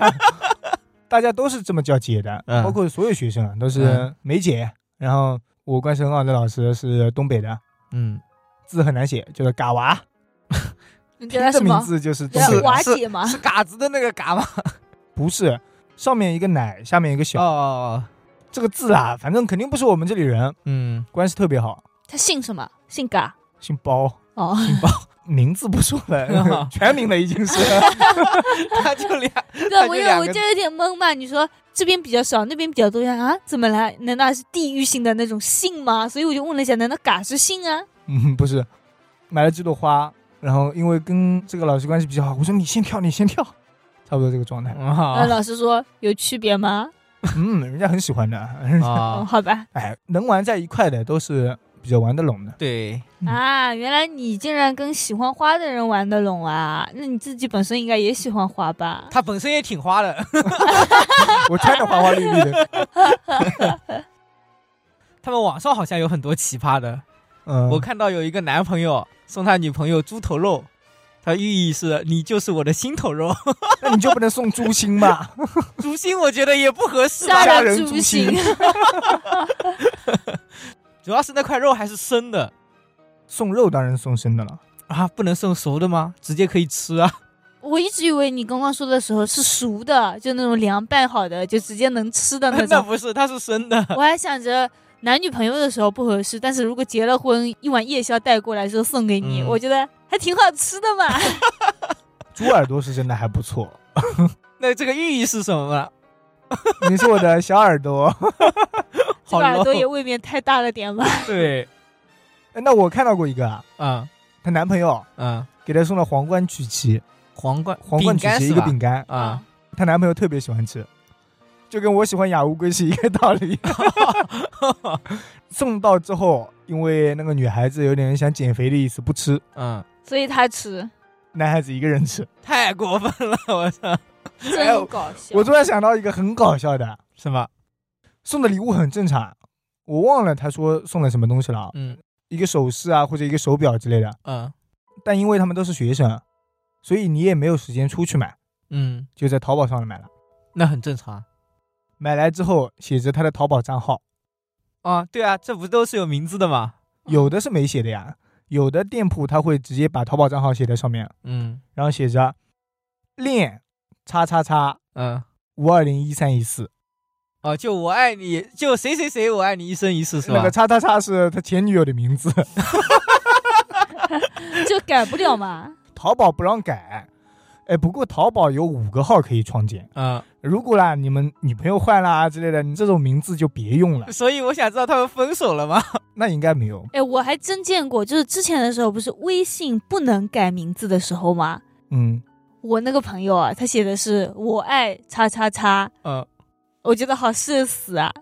Speaker 1: 大家都是这么叫姐的，
Speaker 3: 嗯
Speaker 1: 包括所有学生啊，都是
Speaker 3: 嗯
Speaker 1: 梅姐。然后我关系很好的老师是东北的，
Speaker 3: 嗯，
Speaker 1: 字很难写，就是嘎娃。
Speaker 2: [LAUGHS] 你
Speaker 1: 拼
Speaker 2: 叫他
Speaker 1: 的
Speaker 2: 什
Speaker 1: 名
Speaker 2: 么？
Speaker 1: 字就是东
Speaker 2: 叫
Speaker 1: 北
Speaker 2: 他
Speaker 1: 的，
Speaker 2: 瓦姐吗？
Speaker 3: 是 [LAUGHS] 嘎子的那个嘎吗？
Speaker 1: 不是上面一个奶，下面一个小。
Speaker 3: 哦，
Speaker 1: 这个字啊，反正肯定不是我们这里人，
Speaker 3: 嗯，
Speaker 1: [LAUGHS] 关系特别好，
Speaker 2: 他姓什么？姓嘎
Speaker 1: 姓包，
Speaker 2: 哦，
Speaker 1: 名字不说
Speaker 3: 嗯
Speaker 1: 了， [LAUGHS] 全名了已
Speaker 3: [LAUGHS]
Speaker 1: 经是。
Speaker 3: 他就俩，
Speaker 2: 对，我
Speaker 3: 就
Speaker 2: 有
Speaker 3: 两
Speaker 2: 我
Speaker 3: 个
Speaker 2: 就有点懵嘛。你说这边比较少，那边比较多呀？啊，怎么来？难道是地域性的那种姓吗？所以我就问了一下，难道嘎是姓啊？
Speaker 1: 嗯，不是，买了几朵花，然后因为跟这个老师关系比较好，我说你先跳，你先跳，差不多这个状态。
Speaker 2: 那
Speaker 3: 啊
Speaker 2: 老师说有区别吗？
Speaker 1: 嗯，人家很喜欢的。
Speaker 2: 哦，
Speaker 3: 啊，
Speaker 2: 好吧。
Speaker 1: 哎，能玩在一块的都是比较玩得拢的。
Speaker 3: 对，
Speaker 1: 嗯
Speaker 2: 啊，原来你竟然跟喜欢花的人玩得拢啊！那你自己本身应该也喜欢花
Speaker 3: [LAUGHS]
Speaker 2: 吧？
Speaker 3: 他本身也挺花的， [LAUGHS]
Speaker 1: 我穿的花花绿绿的，
Speaker 3: 他们网上好像有很多奇葩的，
Speaker 1: 嗯，
Speaker 3: [LAUGHS] 我看到有一个男朋友送他女朋友猪头肉，他寓意是你就是我的心头肉。 [LAUGHS]
Speaker 1: 那你就不能送猪心吧？
Speaker 3: 猪心我觉得也不合适吧，
Speaker 2: 杀
Speaker 1: 家
Speaker 2: 了
Speaker 1: 人
Speaker 2: 诛
Speaker 1: 诛心
Speaker 2: 心，
Speaker 3: 主要是那块肉还是生的
Speaker 1: 送肉当然送生的了。
Speaker 3: 啊，不能送熟的吗？直接可以吃啊？
Speaker 2: [LAUGHS] 我一直以为你刚刚说的时候是熟的，就那种凉拌好的，就直接能吃的 [LAUGHS] 那
Speaker 3: [LAUGHS] 那
Speaker 2: 种。
Speaker 3: 不是，它是生的。 [LAUGHS]
Speaker 2: 我还想着男女朋友的时候不合适，但是如果结了婚，一碗夜宵带过来说送给你，
Speaker 3: 嗯
Speaker 2: 我觉得还挺好吃的嘛。
Speaker 1: 猪耳朵是真的还不错，
Speaker 3: 那这个寓意是什么呢？
Speaker 1: 你是我的小耳朵。
Speaker 2: 这
Speaker 3: 好
Speaker 2: 个耳朵也
Speaker 3: low，
Speaker 2: 未免太大了点吧？
Speaker 3: 对，
Speaker 1: 哎那我看到过一个，啊，
Speaker 3: 嗯
Speaker 1: 她男朋友
Speaker 3: 嗯，
Speaker 1: 给她送了皇冠曲奇，
Speaker 3: 皇冠
Speaker 1: 皇冠曲
Speaker 3: 干
Speaker 1: 奇
Speaker 3: 是
Speaker 1: 一个
Speaker 3: 吧？
Speaker 1: 饼干，
Speaker 3: 啊，
Speaker 1: 她男朋友特别喜欢吃，就跟我喜欢养乌龟是一个道理。 [LAUGHS] 送到之后，因为那个女孩子有点想减肥的意思，不吃，
Speaker 3: 嗯，
Speaker 2: 所以他吃，
Speaker 1: 男孩子一个人吃。
Speaker 3: 太过分了，我操！
Speaker 1: 呦
Speaker 2: 真搞笑。
Speaker 1: 我突然想到一个很搞笑的，
Speaker 3: 什么？
Speaker 1: 送的礼物很正常，我忘了他说送了什么东西了啊，
Speaker 3: 嗯
Speaker 1: 一个首饰啊或者一个手表之类的。
Speaker 3: 嗯
Speaker 1: 但因为他们都是学生，所以你也没有时间出去买，
Speaker 3: 嗯，
Speaker 1: 就在淘宝上买了。
Speaker 3: 那很正常
Speaker 1: 买来之后写着他的淘宝账号，
Speaker 3: 啊。对啊，这不都是有名字的吗？
Speaker 1: 有的是没写的呀，有的店铺他会直接把淘宝账号写在上面，
Speaker 3: 嗯
Speaker 1: 然后写着恋叉叉叉
Speaker 3: 嗯，
Speaker 1: 五二零一三一四，
Speaker 3: 哦，就我爱你，就谁谁谁我爱你一生一世是吧？
Speaker 1: 那个叉叉叉是他前女友的名字，
Speaker 2: 就改不了嘛。
Speaker 1: 淘宝不让改。哎，不过淘宝有五个号可以创建，
Speaker 3: 嗯，
Speaker 1: 如果啦你们女朋友换啦之类的，你这种名字就别用了。
Speaker 3: 所以我想知道他们分手了吗？
Speaker 1: 那应该没有，
Speaker 2: 哎，我还真见过，就是之前的时候，不是微信不能改名字的时候吗？
Speaker 1: 嗯，
Speaker 2: 我那个朋友啊，他写的是“我爱叉叉叉
Speaker 3: 嗯，”，
Speaker 2: 我觉得好社死啊。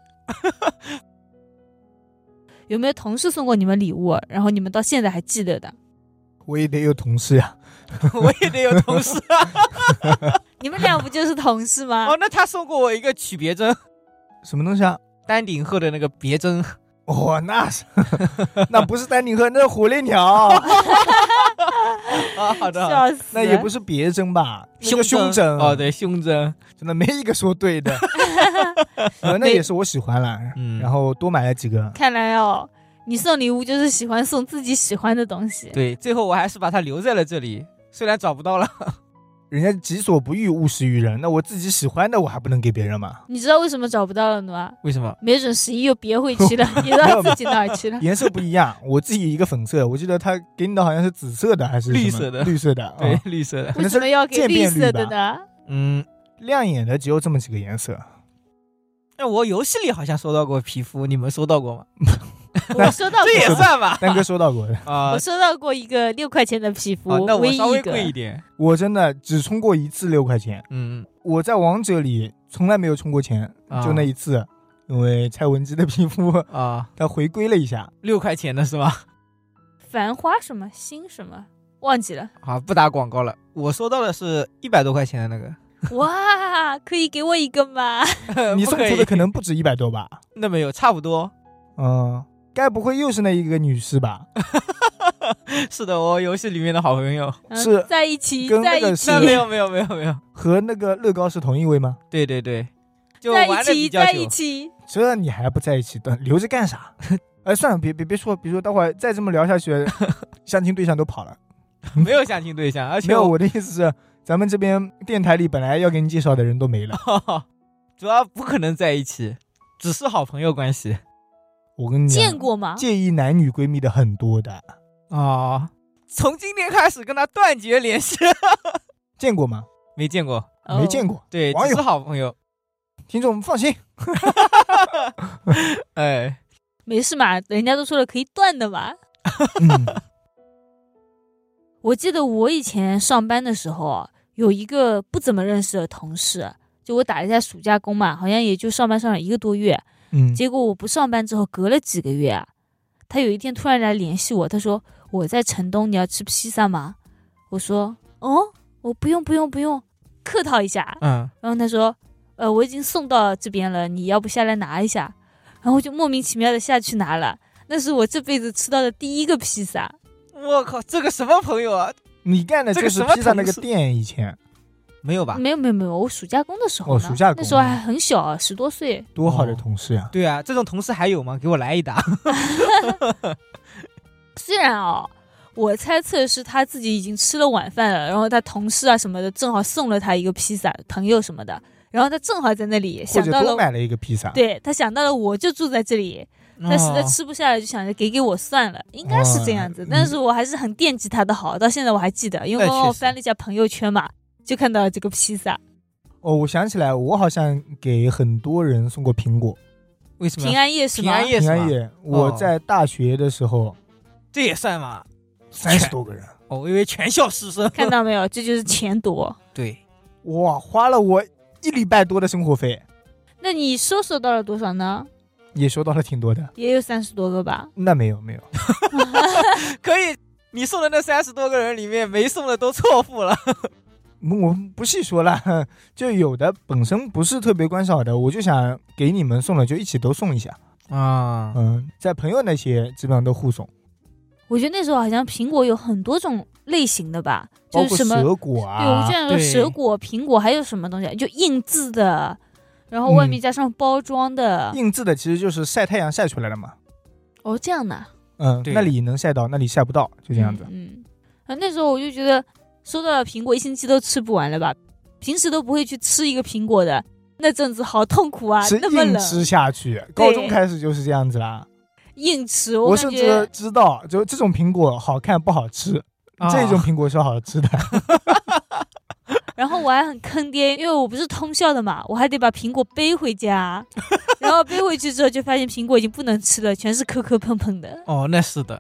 Speaker 2: [LAUGHS] 有没有同事送过你们礼物，啊然后你们到现在还记得的？
Speaker 1: 我也得有同事啊呀。
Speaker 3: [LAUGHS] 我也得有同事啊。
Speaker 2: 你们俩不就是同事吗？
Speaker 3: 哦，那他送过我一个曲别针，
Speaker 1: 什么东西啊？
Speaker 3: 丹顶鹤的那个别针。
Speaker 1: 哦，那是， [LAUGHS] 那不是丹顶鹤，那是火烈鸟，
Speaker 3: 啊，好的，好的
Speaker 2: 笑死！
Speaker 1: 那也不是别针吧？那个胸针
Speaker 3: 哦，，对，胸针。
Speaker 1: 真的没一个说 [LAUGHS] 对的。呃那也是我喜欢了，
Speaker 3: 嗯
Speaker 1: 然后多买了几个。
Speaker 2: 看来哦，你送礼物就是喜欢送自己喜欢的东西。
Speaker 3: 对，最后我还是把它留在了这里，虽然找不到了。 [LAUGHS]
Speaker 1: 人家己所不欲，勿施于人。那我自己喜欢的，我还不能给别人 [LAUGHS] 吗？
Speaker 2: 你知道为什么找不到了吗？
Speaker 3: 为什么？
Speaker 2: 没准十一又别回去
Speaker 1: [LAUGHS]
Speaker 2: 了，你到自己那儿去了。
Speaker 1: 颜色不一样，我自己一个粉色，我记得他给你的好像是紫色的还是
Speaker 3: 绿
Speaker 1: 什么
Speaker 3: 色的
Speaker 1: 绿色的，
Speaker 3: 对
Speaker 1: 啊，
Speaker 3: 绿色的。
Speaker 1: 可
Speaker 2: 为
Speaker 1: 能
Speaker 2: 什
Speaker 1: 是
Speaker 2: 么要给
Speaker 1: 渐
Speaker 2: 绿
Speaker 1: 变
Speaker 2: 色
Speaker 1: 绿
Speaker 2: 的
Speaker 1: 吧。
Speaker 2: 呢？
Speaker 3: 嗯，
Speaker 1: 亮眼的只有这么几个颜色。
Speaker 3: 那我游戏里好像收到过皮肤，你们收到过吗？
Speaker 2: [LAUGHS] 啊我收到过
Speaker 3: 这，也
Speaker 1: [LAUGHS]
Speaker 3: 算吧。
Speaker 1: 丹哥说到
Speaker 3: [LAUGHS]
Speaker 1: 过的，
Speaker 3: 啊
Speaker 2: 我，收到过一个六块钱的皮肤，
Speaker 3: 啊那我
Speaker 2: 唯一
Speaker 3: 稍微
Speaker 2: 一个。
Speaker 3: 贵一点。
Speaker 1: 我真的只充过一次六块钱，
Speaker 3: 嗯，
Speaker 1: 我在王者里从来没有充过钱，
Speaker 3: 啊
Speaker 1: 就那一次，因为蔡文姬的皮肤 [LAUGHS]
Speaker 3: 啊，
Speaker 1: 它回归了一下，
Speaker 3: 六块钱的是 [LAUGHS] 吧？
Speaker 2: 繁花什么星什么忘记了。
Speaker 3: 好，啊不打广告了。我收到的是一百多块钱的那个。
Speaker 2: 哇，可以给我一个吗？
Speaker 1: 你
Speaker 3: [LAUGHS] 呃不
Speaker 1: 送
Speaker 3: 可
Speaker 1: 出
Speaker 3: 以
Speaker 1: 的可能不止一百多吧？
Speaker 3: 那没有，差不多。
Speaker 1: 嗯，该不会又是那一个女士吧？
Speaker 3: 是的，我游戏里面的好朋友。 [LAUGHS]
Speaker 2: 嗯
Speaker 1: 是
Speaker 2: 在一起，
Speaker 1: 跟
Speaker 2: 在
Speaker 1: 那
Speaker 2: 一
Speaker 1: 个
Speaker 2: 起，
Speaker 3: 那没有没有没有没有，
Speaker 1: 和那个乐高是同一位吗？
Speaker 3: 对对对，就
Speaker 2: 在
Speaker 3: 玩
Speaker 2: 一
Speaker 3: 的比
Speaker 2: 起，
Speaker 3: 较
Speaker 2: 在
Speaker 3: 久
Speaker 2: 一。起。
Speaker 1: 这你还不在一起，等留着干
Speaker 3: [LAUGHS]
Speaker 1: 啥？哎，算了，别别别说，别说，待会儿再这么聊下去，相亲对象都跑了。
Speaker 3: 没有相亲对象，而且
Speaker 1: 没有，我的意思是，咱们这边电台里本来要给你介绍的人都没了。
Speaker 3: 我 [LAUGHS] 主要不可能在一起，只是好朋友关系
Speaker 1: 我
Speaker 3: 嗯
Speaker 1: 跟你讲
Speaker 2: 见过吗？
Speaker 1: 介意男女闺蜜的很多的，
Speaker 3: 哦。从今天开始跟他断绝联系， [LAUGHS]
Speaker 1: 见过吗？
Speaker 3: 没见过，
Speaker 1: 没见
Speaker 2: 过。
Speaker 1: 过。
Speaker 3: 对，
Speaker 1: 网
Speaker 3: 只
Speaker 1: 友
Speaker 3: 是好朋友。
Speaker 1: 听众放
Speaker 2: [LAUGHS]
Speaker 1: 心，
Speaker 3: 哎，
Speaker 2: 没事嘛，人家都说了可以断的嘛。
Speaker 1: 嗯，
Speaker 2: 我记得我以前上班的时候啊，有一个不怎么认识的同事，就我打了一下暑假工嘛，好像也就上班上了一个多月。
Speaker 1: 嗯，
Speaker 2: 结果我不上班之后，隔了几个月啊，他有一天突然来联系我，他说我在城东，你要吃披萨吗？我说哦，我不用不用不用，客套一下。
Speaker 3: 嗯，
Speaker 2: 然后他说，呃，我已经送到这边了，你要不下来拿一下？然后我就莫名其妙的下去拿了，那是我这辈子吃到的第一个披萨。
Speaker 3: 我靠，这个什么朋友啊？
Speaker 1: 你干的
Speaker 3: 这
Speaker 1: 就
Speaker 3: 个
Speaker 1: 是
Speaker 3: 什么
Speaker 1: 披萨那
Speaker 3: 同
Speaker 1: 个
Speaker 3: 事
Speaker 1: 店，以前
Speaker 3: 没有吧？
Speaker 2: 没有没有没有，我暑假工的时候呢，
Speaker 1: 哦暑假工
Speaker 2: 那时候还很小、啊，十多岁。
Speaker 1: 多好的同事呀、
Speaker 3: 对啊，这种同事还有吗？给我来一 [LAUGHS] 打。
Speaker 2: 虽然啊、我猜测是他自己已经吃了晚饭了，然后他同事啊什么的正好送了他一个披萨，朋友什么的，然后他正好在那里
Speaker 1: 或
Speaker 2: 想
Speaker 1: 者
Speaker 2: 到
Speaker 1: 多
Speaker 2: 了，
Speaker 1: 买了一个披萨，
Speaker 2: 对他想到了我就住在这里，他实在
Speaker 3: 哦
Speaker 2: 吃不下来就想着给给我算了，应该是这样子
Speaker 1: 哇。
Speaker 2: 但是我还是很惦记他的好，到现在我还记得，因为
Speaker 3: 那
Speaker 2: 刚刚
Speaker 3: 确
Speaker 2: 我
Speaker 3: 实
Speaker 2: 翻了一下朋友圈嘛，就看到了这个披萨，
Speaker 1: 哦，我想起来，我好像给很多人送过苹果。
Speaker 3: 哦为什么
Speaker 2: 平
Speaker 3: 要
Speaker 2: 安夜是
Speaker 3: 平
Speaker 2: 吗？
Speaker 3: 安夜
Speaker 1: 平
Speaker 3: 是吧
Speaker 1: 安夜，我在大学的时候，
Speaker 3: 这也算吗？
Speaker 1: 三十多个人，
Speaker 3: 哦，我以为全校师生。
Speaker 2: 看到没有，这就是钱多。
Speaker 3: 对，
Speaker 1: 哇，花了我一礼拜多的生活费，
Speaker 2: 那你收收到了多少呢？
Speaker 1: 也收到了挺多的。
Speaker 2: [LAUGHS] 也有三十多个吧。
Speaker 1: 那没有没有，
Speaker 3: [LAUGHS] 可以你送的那三十多个人里面，没送的都错付了。
Speaker 1: 我不细说了， [LAUGHS] 就有的本身不是特别关系好的，我就想给你们送了，就一起都送一下。
Speaker 3: [LAUGHS] 啊，
Speaker 1: 嗯，在朋友那些基本上都互送，
Speaker 2: 我觉得那时候好像苹果有很多种类型的吧，
Speaker 1: 包
Speaker 2: 就是
Speaker 1: 括
Speaker 2: 什么
Speaker 1: 蛇果
Speaker 2: 对，我
Speaker 1: 啊
Speaker 2: 就，想说
Speaker 3: 对
Speaker 2: 蛇果、苹果还有什么东西，就印字的，然后外面
Speaker 1: 嗯
Speaker 2: 加上包装的。
Speaker 1: 印制的其实就是晒太阳晒出来的嘛。
Speaker 2: 哦，这样的啊，
Speaker 1: 嗯，
Speaker 3: 对
Speaker 1: 那里能晒到，那里晒不到，就
Speaker 2: 这
Speaker 1: 这样子。
Speaker 2: 嗯，啊，那时候我就觉得收到了苹果，一星期都吃不完了吧？平时都不会去吃一个苹果的，那阵子好痛苦啊
Speaker 1: 是，
Speaker 2: 那么
Speaker 1: 硬
Speaker 2: 冷，
Speaker 1: 吃下去，高中开始就是这样子啦。
Speaker 2: 硬吃，
Speaker 1: 我
Speaker 2: 感
Speaker 1: 甚
Speaker 2: 觉
Speaker 1: 至知道，就这种苹果好看不好吃，
Speaker 3: 啊
Speaker 1: 这种苹果是好吃的。 [LAUGHS]
Speaker 2: 然后我还很坑爹，因为我不是通校的嘛，我还得把苹果背
Speaker 1: [LAUGHS]
Speaker 2: 回家，然后背回去之后就发现苹果已经不能吃了，全是磕磕碰碰的。
Speaker 3: 哦，那是的，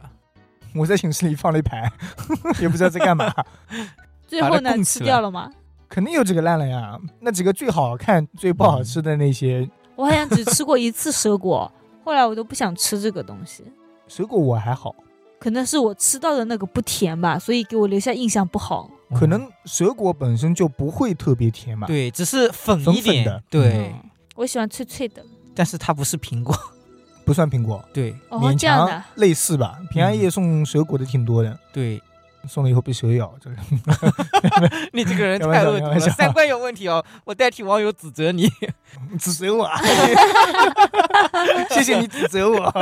Speaker 1: 我在寝室里放了一排， [LAUGHS] 也不知道在干嘛，
Speaker 2: 最
Speaker 3: 把它
Speaker 2: 后呢，
Speaker 3: 供
Speaker 2: 吃
Speaker 3: 起来
Speaker 2: 掉了嘛。
Speaker 1: 肯定有几个烂了呀。那几个最好看、最不
Speaker 3: 嗯
Speaker 1: 好吃的那些
Speaker 2: 我好像只吃过一次蛇果，后来我都不想吃这个东西，
Speaker 1: 水果，我还好，
Speaker 2: 可能是我吃到的那个不甜吧，所以给我留下印象不好。
Speaker 1: 可能水果本身就不会特别甜嘛。
Speaker 3: 嗯对，只是粉一
Speaker 1: 粉粉
Speaker 3: 点，
Speaker 1: 的
Speaker 3: 对，
Speaker 2: 嗯我喜欢脆脆的。
Speaker 3: 但是它不是苹果， [LAUGHS]
Speaker 1: 不算苹果，
Speaker 3: 对
Speaker 2: 哦，
Speaker 1: 勉
Speaker 2: 这样
Speaker 1: 强
Speaker 2: 的，
Speaker 1: 类似吧。平安
Speaker 3: 嗯
Speaker 1: 夜送水果的挺多的，
Speaker 3: 对，
Speaker 1: 送了以后被蛇咬，这个
Speaker 3: [LAUGHS] 你这个人
Speaker 1: 开玩
Speaker 3: 太
Speaker 1: 笑
Speaker 3: 恶毒
Speaker 1: 开
Speaker 3: 了，
Speaker 1: 玩笑
Speaker 3: 三观有问题哦！我代替网友指责你。
Speaker 1: 指责我啊，谢谢你指责
Speaker 3: [LAUGHS]
Speaker 1: 我。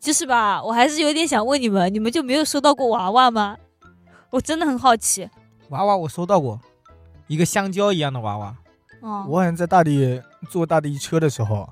Speaker 2: 就是吧，我还是有点想问你们，你们就没有收到过娃娃吗？我真的很好奇。
Speaker 3: [LAUGHS] 娃娃我收到过，一个香蕉一样的娃娃，
Speaker 2: 哦，
Speaker 1: 我好像在大地坐大地车的时候，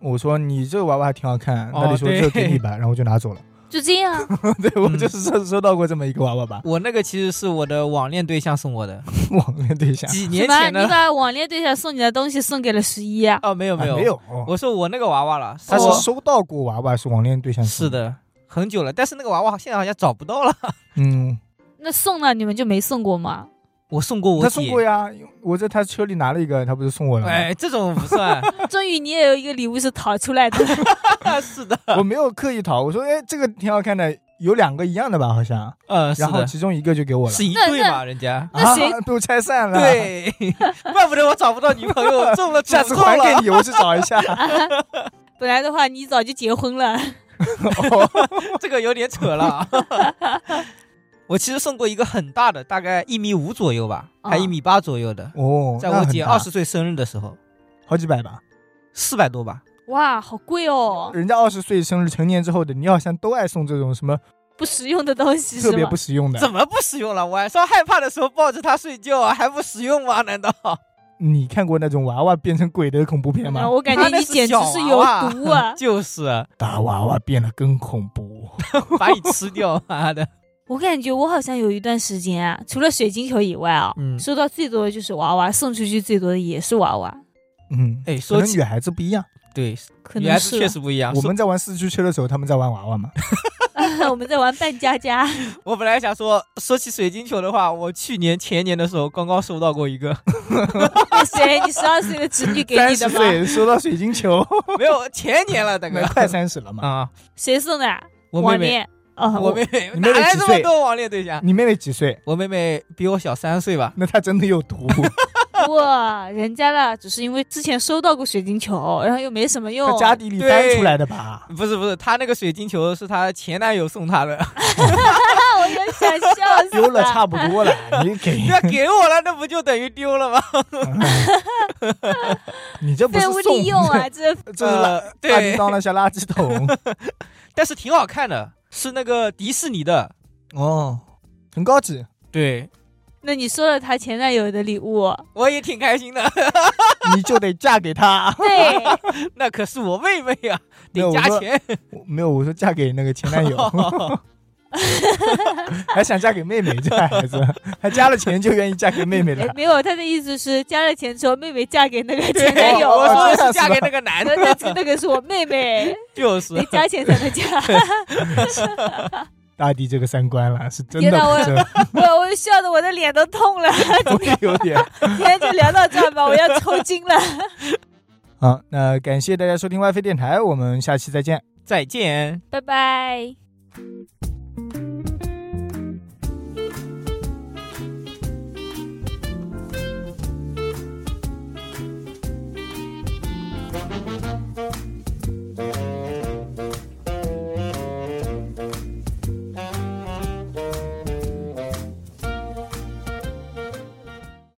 Speaker 1: 我说你这个娃娃还挺好看，
Speaker 3: 哦
Speaker 1: 大地说
Speaker 3: 对
Speaker 1: 这个给你吧，然后我就拿走
Speaker 3: [LAUGHS]
Speaker 1: 了。
Speaker 2: 就这样。
Speaker 1: 对我
Speaker 3: 嗯
Speaker 1: 就是收收到过这么一个娃娃
Speaker 3: [LAUGHS]
Speaker 1: 吧，
Speaker 3: 我那个其实是我的网恋对象送我 [LAUGHS] 的，
Speaker 1: 网恋对象。
Speaker 3: 几
Speaker 2: 什
Speaker 3: 年
Speaker 2: 么？
Speaker 3: 前
Speaker 2: 你
Speaker 3: 呢？
Speaker 2: 把网恋对象送你的东西送给了十一
Speaker 3: [LAUGHS]
Speaker 2: 啊？
Speaker 3: 哦，没有
Speaker 1: 啊
Speaker 3: 没有
Speaker 1: 没，有，
Speaker 3: 我说我那个娃娃了，
Speaker 1: 他
Speaker 3: 我
Speaker 1: 是收到过娃娃，是网恋对象。
Speaker 3: 是，的，很久了，但是那个娃娃现在好像找不到了。 [LAUGHS]
Speaker 1: 嗯，
Speaker 2: 那送了你们就没送过吗？
Speaker 3: 我送过我姐，
Speaker 1: 他送过呀，我在他车里拿了一个，他不是送我了吗？
Speaker 3: 哎，这种不
Speaker 1: [LAUGHS]
Speaker 3: 算，
Speaker 2: 终于你也有一个礼物是淘出
Speaker 3: [LAUGHS]
Speaker 2: 来的，
Speaker 3: 是的， [LAUGHS]
Speaker 1: 我没有刻意讨，我说哎，这个挺好看的，有两个一样的吧，好像，
Speaker 3: 嗯，是
Speaker 1: 然后
Speaker 3: 的，
Speaker 1: 其中一个就给我了，
Speaker 3: 是一
Speaker 2: 那
Speaker 3: 对
Speaker 2: 那
Speaker 3: 嘛，
Speaker 1: [LAUGHS]
Speaker 3: 人家。
Speaker 2: 那谁
Speaker 1: 啊、都拆散了，，
Speaker 3: 对， [LAUGHS] 怪不得我找不到女朋友，中了
Speaker 1: [LAUGHS] 下
Speaker 3: 诅
Speaker 1: 次
Speaker 3: 咒
Speaker 1: 还
Speaker 3: 了。
Speaker 1: 给你，我去找一下。
Speaker 2: 本来的话你早就结婚了。
Speaker 3: [LAUGHS] 这个有点扯了
Speaker 1: [LAUGHS]
Speaker 3: 啊。我其实送过一个很大的，大概一米五左右吧，还
Speaker 2: 嗯
Speaker 3: 一米八左右的，
Speaker 1: 哦，
Speaker 3: 在我姐
Speaker 1: 那很大
Speaker 3: 二十岁生日的时候，
Speaker 1: 好几百吧，
Speaker 3: 四百多吧。
Speaker 2: 哇，好贵哦，
Speaker 1: 人家二十岁生日成年之后的，你好像都爱送这种什么
Speaker 2: 不实用的东西是
Speaker 1: 特别
Speaker 2: 吗
Speaker 1: 不？实用的。
Speaker 3: 怎么不实用了？晚上害怕的时候抱着它睡觉啊，还不实用吗？难道？！
Speaker 1: 你看过那种娃娃变成鬼的恐怖片
Speaker 2: 啊
Speaker 1: 吗？
Speaker 2: 我感觉你简直是有毒啊
Speaker 3: [LAUGHS] [LAUGHS] 就是
Speaker 1: 大娃娃变得更恐怖。
Speaker 3: 把你吃掉，啊妈的！
Speaker 2: 我感觉我好像有一段时间啊，除了水晶球以外啊，
Speaker 3: 嗯
Speaker 2: 收到最多的就是娃娃，送出去最多的也是娃娃，
Speaker 1: 嗯，
Speaker 3: 哎
Speaker 1: 可
Speaker 3: 说
Speaker 1: 能
Speaker 3: 起啊
Speaker 1: 女孩子不一样，
Speaker 3: [LAUGHS] 对，
Speaker 2: 可
Speaker 3: 女孩
Speaker 2: 能
Speaker 3: 子
Speaker 2: 是
Speaker 3: 确实不一样。
Speaker 1: 我们在玩四驱车的时候，他们在玩娃娃嘛。
Speaker 2: [LAUGHS] 我们在玩扮家家，
Speaker 3: [LAUGHS]
Speaker 2: [LAUGHS]
Speaker 3: 我本来想说，说起水晶球的话，我去年前年的时候刚刚收到过一个，
Speaker 2: 谁？你十二岁的侄女给
Speaker 1: 三
Speaker 2: 你
Speaker 1: 十
Speaker 2: 的吗？
Speaker 1: 岁收到水晶球，
Speaker 3: [LAUGHS] 没有前年了，大
Speaker 1: [LAUGHS]
Speaker 3: 哥
Speaker 1: 那快三十了嘛。
Speaker 3: [LAUGHS] 啊！
Speaker 2: 谁送的啊？
Speaker 3: 我妹
Speaker 2: 网
Speaker 3: 妹，
Speaker 2: 恋哦，
Speaker 3: 我妹妹
Speaker 1: 你
Speaker 3: 哪
Speaker 1: 妹妹
Speaker 3: 来
Speaker 1: 几
Speaker 3: 这么
Speaker 1: 岁
Speaker 3: 多网恋对象？
Speaker 1: 你妹妹几岁？
Speaker 3: [LAUGHS] 我妹妹比我小三岁吧，
Speaker 1: 那她真的有毒，
Speaker 2: 哇，人家啦，只是因为之前收到过水晶球，然后又没什么用啊
Speaker 1: 她，家底里翻出来的吧？
Speaker 3: 不是不是，她那个水晶球是她前男友送 [LAUGHS] 她的，
Speaker 2: 那我有想
Speaker 1: [LAUGHS]
Speaker 2: 笑死
Speaker 1: 丢了差不多了，你给，
Speaker 3: 要给我了，那不就等于丢 [LAUGHS] 了吗？
Speaker 1: [LAUGHS] 你
Speaker 2: [LAUGHS]
Speaker 1: 这不
Speaker 2: 废
Speaker 1: 是
Speaker 2: 物
Speaker 1: 送
Speaker 2: 利用，
Speaker 1: [LAUGHS]
Speaker 2: 啊，这
Speaker 1: 这是垃
Speaker 3: 呃
Speaker 1: 垃圾
Speaker 3: 对，
Speaker 1: 当了下垃圾桶。
Speaker 3: 但是挺好看的，是那个迪士尼的，
Speaker 1: 哦，很高级。
Speaker 3: 对
Speaker 2: 那你收了她前男友的
Speaker 1: [LAUGHS]
Speaker 2: 礼物，
Speaker 3: 我也挺开心的。 [LAUGHS]
Speaker 1: 你就得嫁给他。
Speaker 2: 对，
Speaker 3: 那可是我妹妹啊，
Speaker 1: 没有
Speaker 3: 得
Speaker 1: 我
Speaker 3: 加
Speaker 1: [LAUGHS] 说哦
Speaker 3: 钱。 [LAUGHS]
Speaker 1: 我没有，我说嫁给那个前男
Speaker 2: 哦
Speaker 1: 友， [LAUGHS] 还想嫁给妹妹，这孩子还加了钱就愿意嫁给妹妹
Speaker 2: 哎
Speaker 1: 了。
Speaker 2: 没有，她的意思是加了钱之后，妹妹嫁给那个前
Speaker 1: [LAUGHS]
Speaker 2: 男友，
Speaker 3: 我说
Speaker 1: 哦
Speaker 3: 的
Speaker 1: 这样子
Speaker 3: 是嫁给
Speaker 1: 吧
Speaker 3: 那个男
Speaker 2: 那那
Speaker 3: 的，
Speaker 2: 这那个是我
Speaker 1: [LAUGHS]
Speaker 2: 妹妹，
Speaker 3: 就是
Speaker 2: 得加钱才能嫁。
Speaker 1: [LAUGHS] 大地这个三观了，是真
Speaker 2: 天
Speaker 1: 的
Speaker 2: 哪
Speaker 1: 不正，
Speaker 2: 我我笑的我的脸都痛了。
Speaker 1: [LAUGHS] 我也有点。
Speaker 2: 今天就聊到这儿吧，我要抽筋了。
Speaker 1: 好，那感谢大家收听 WiFi 电台，我们下期再见。
Speaker 3: 再见。
Speaker 2: 拜拜。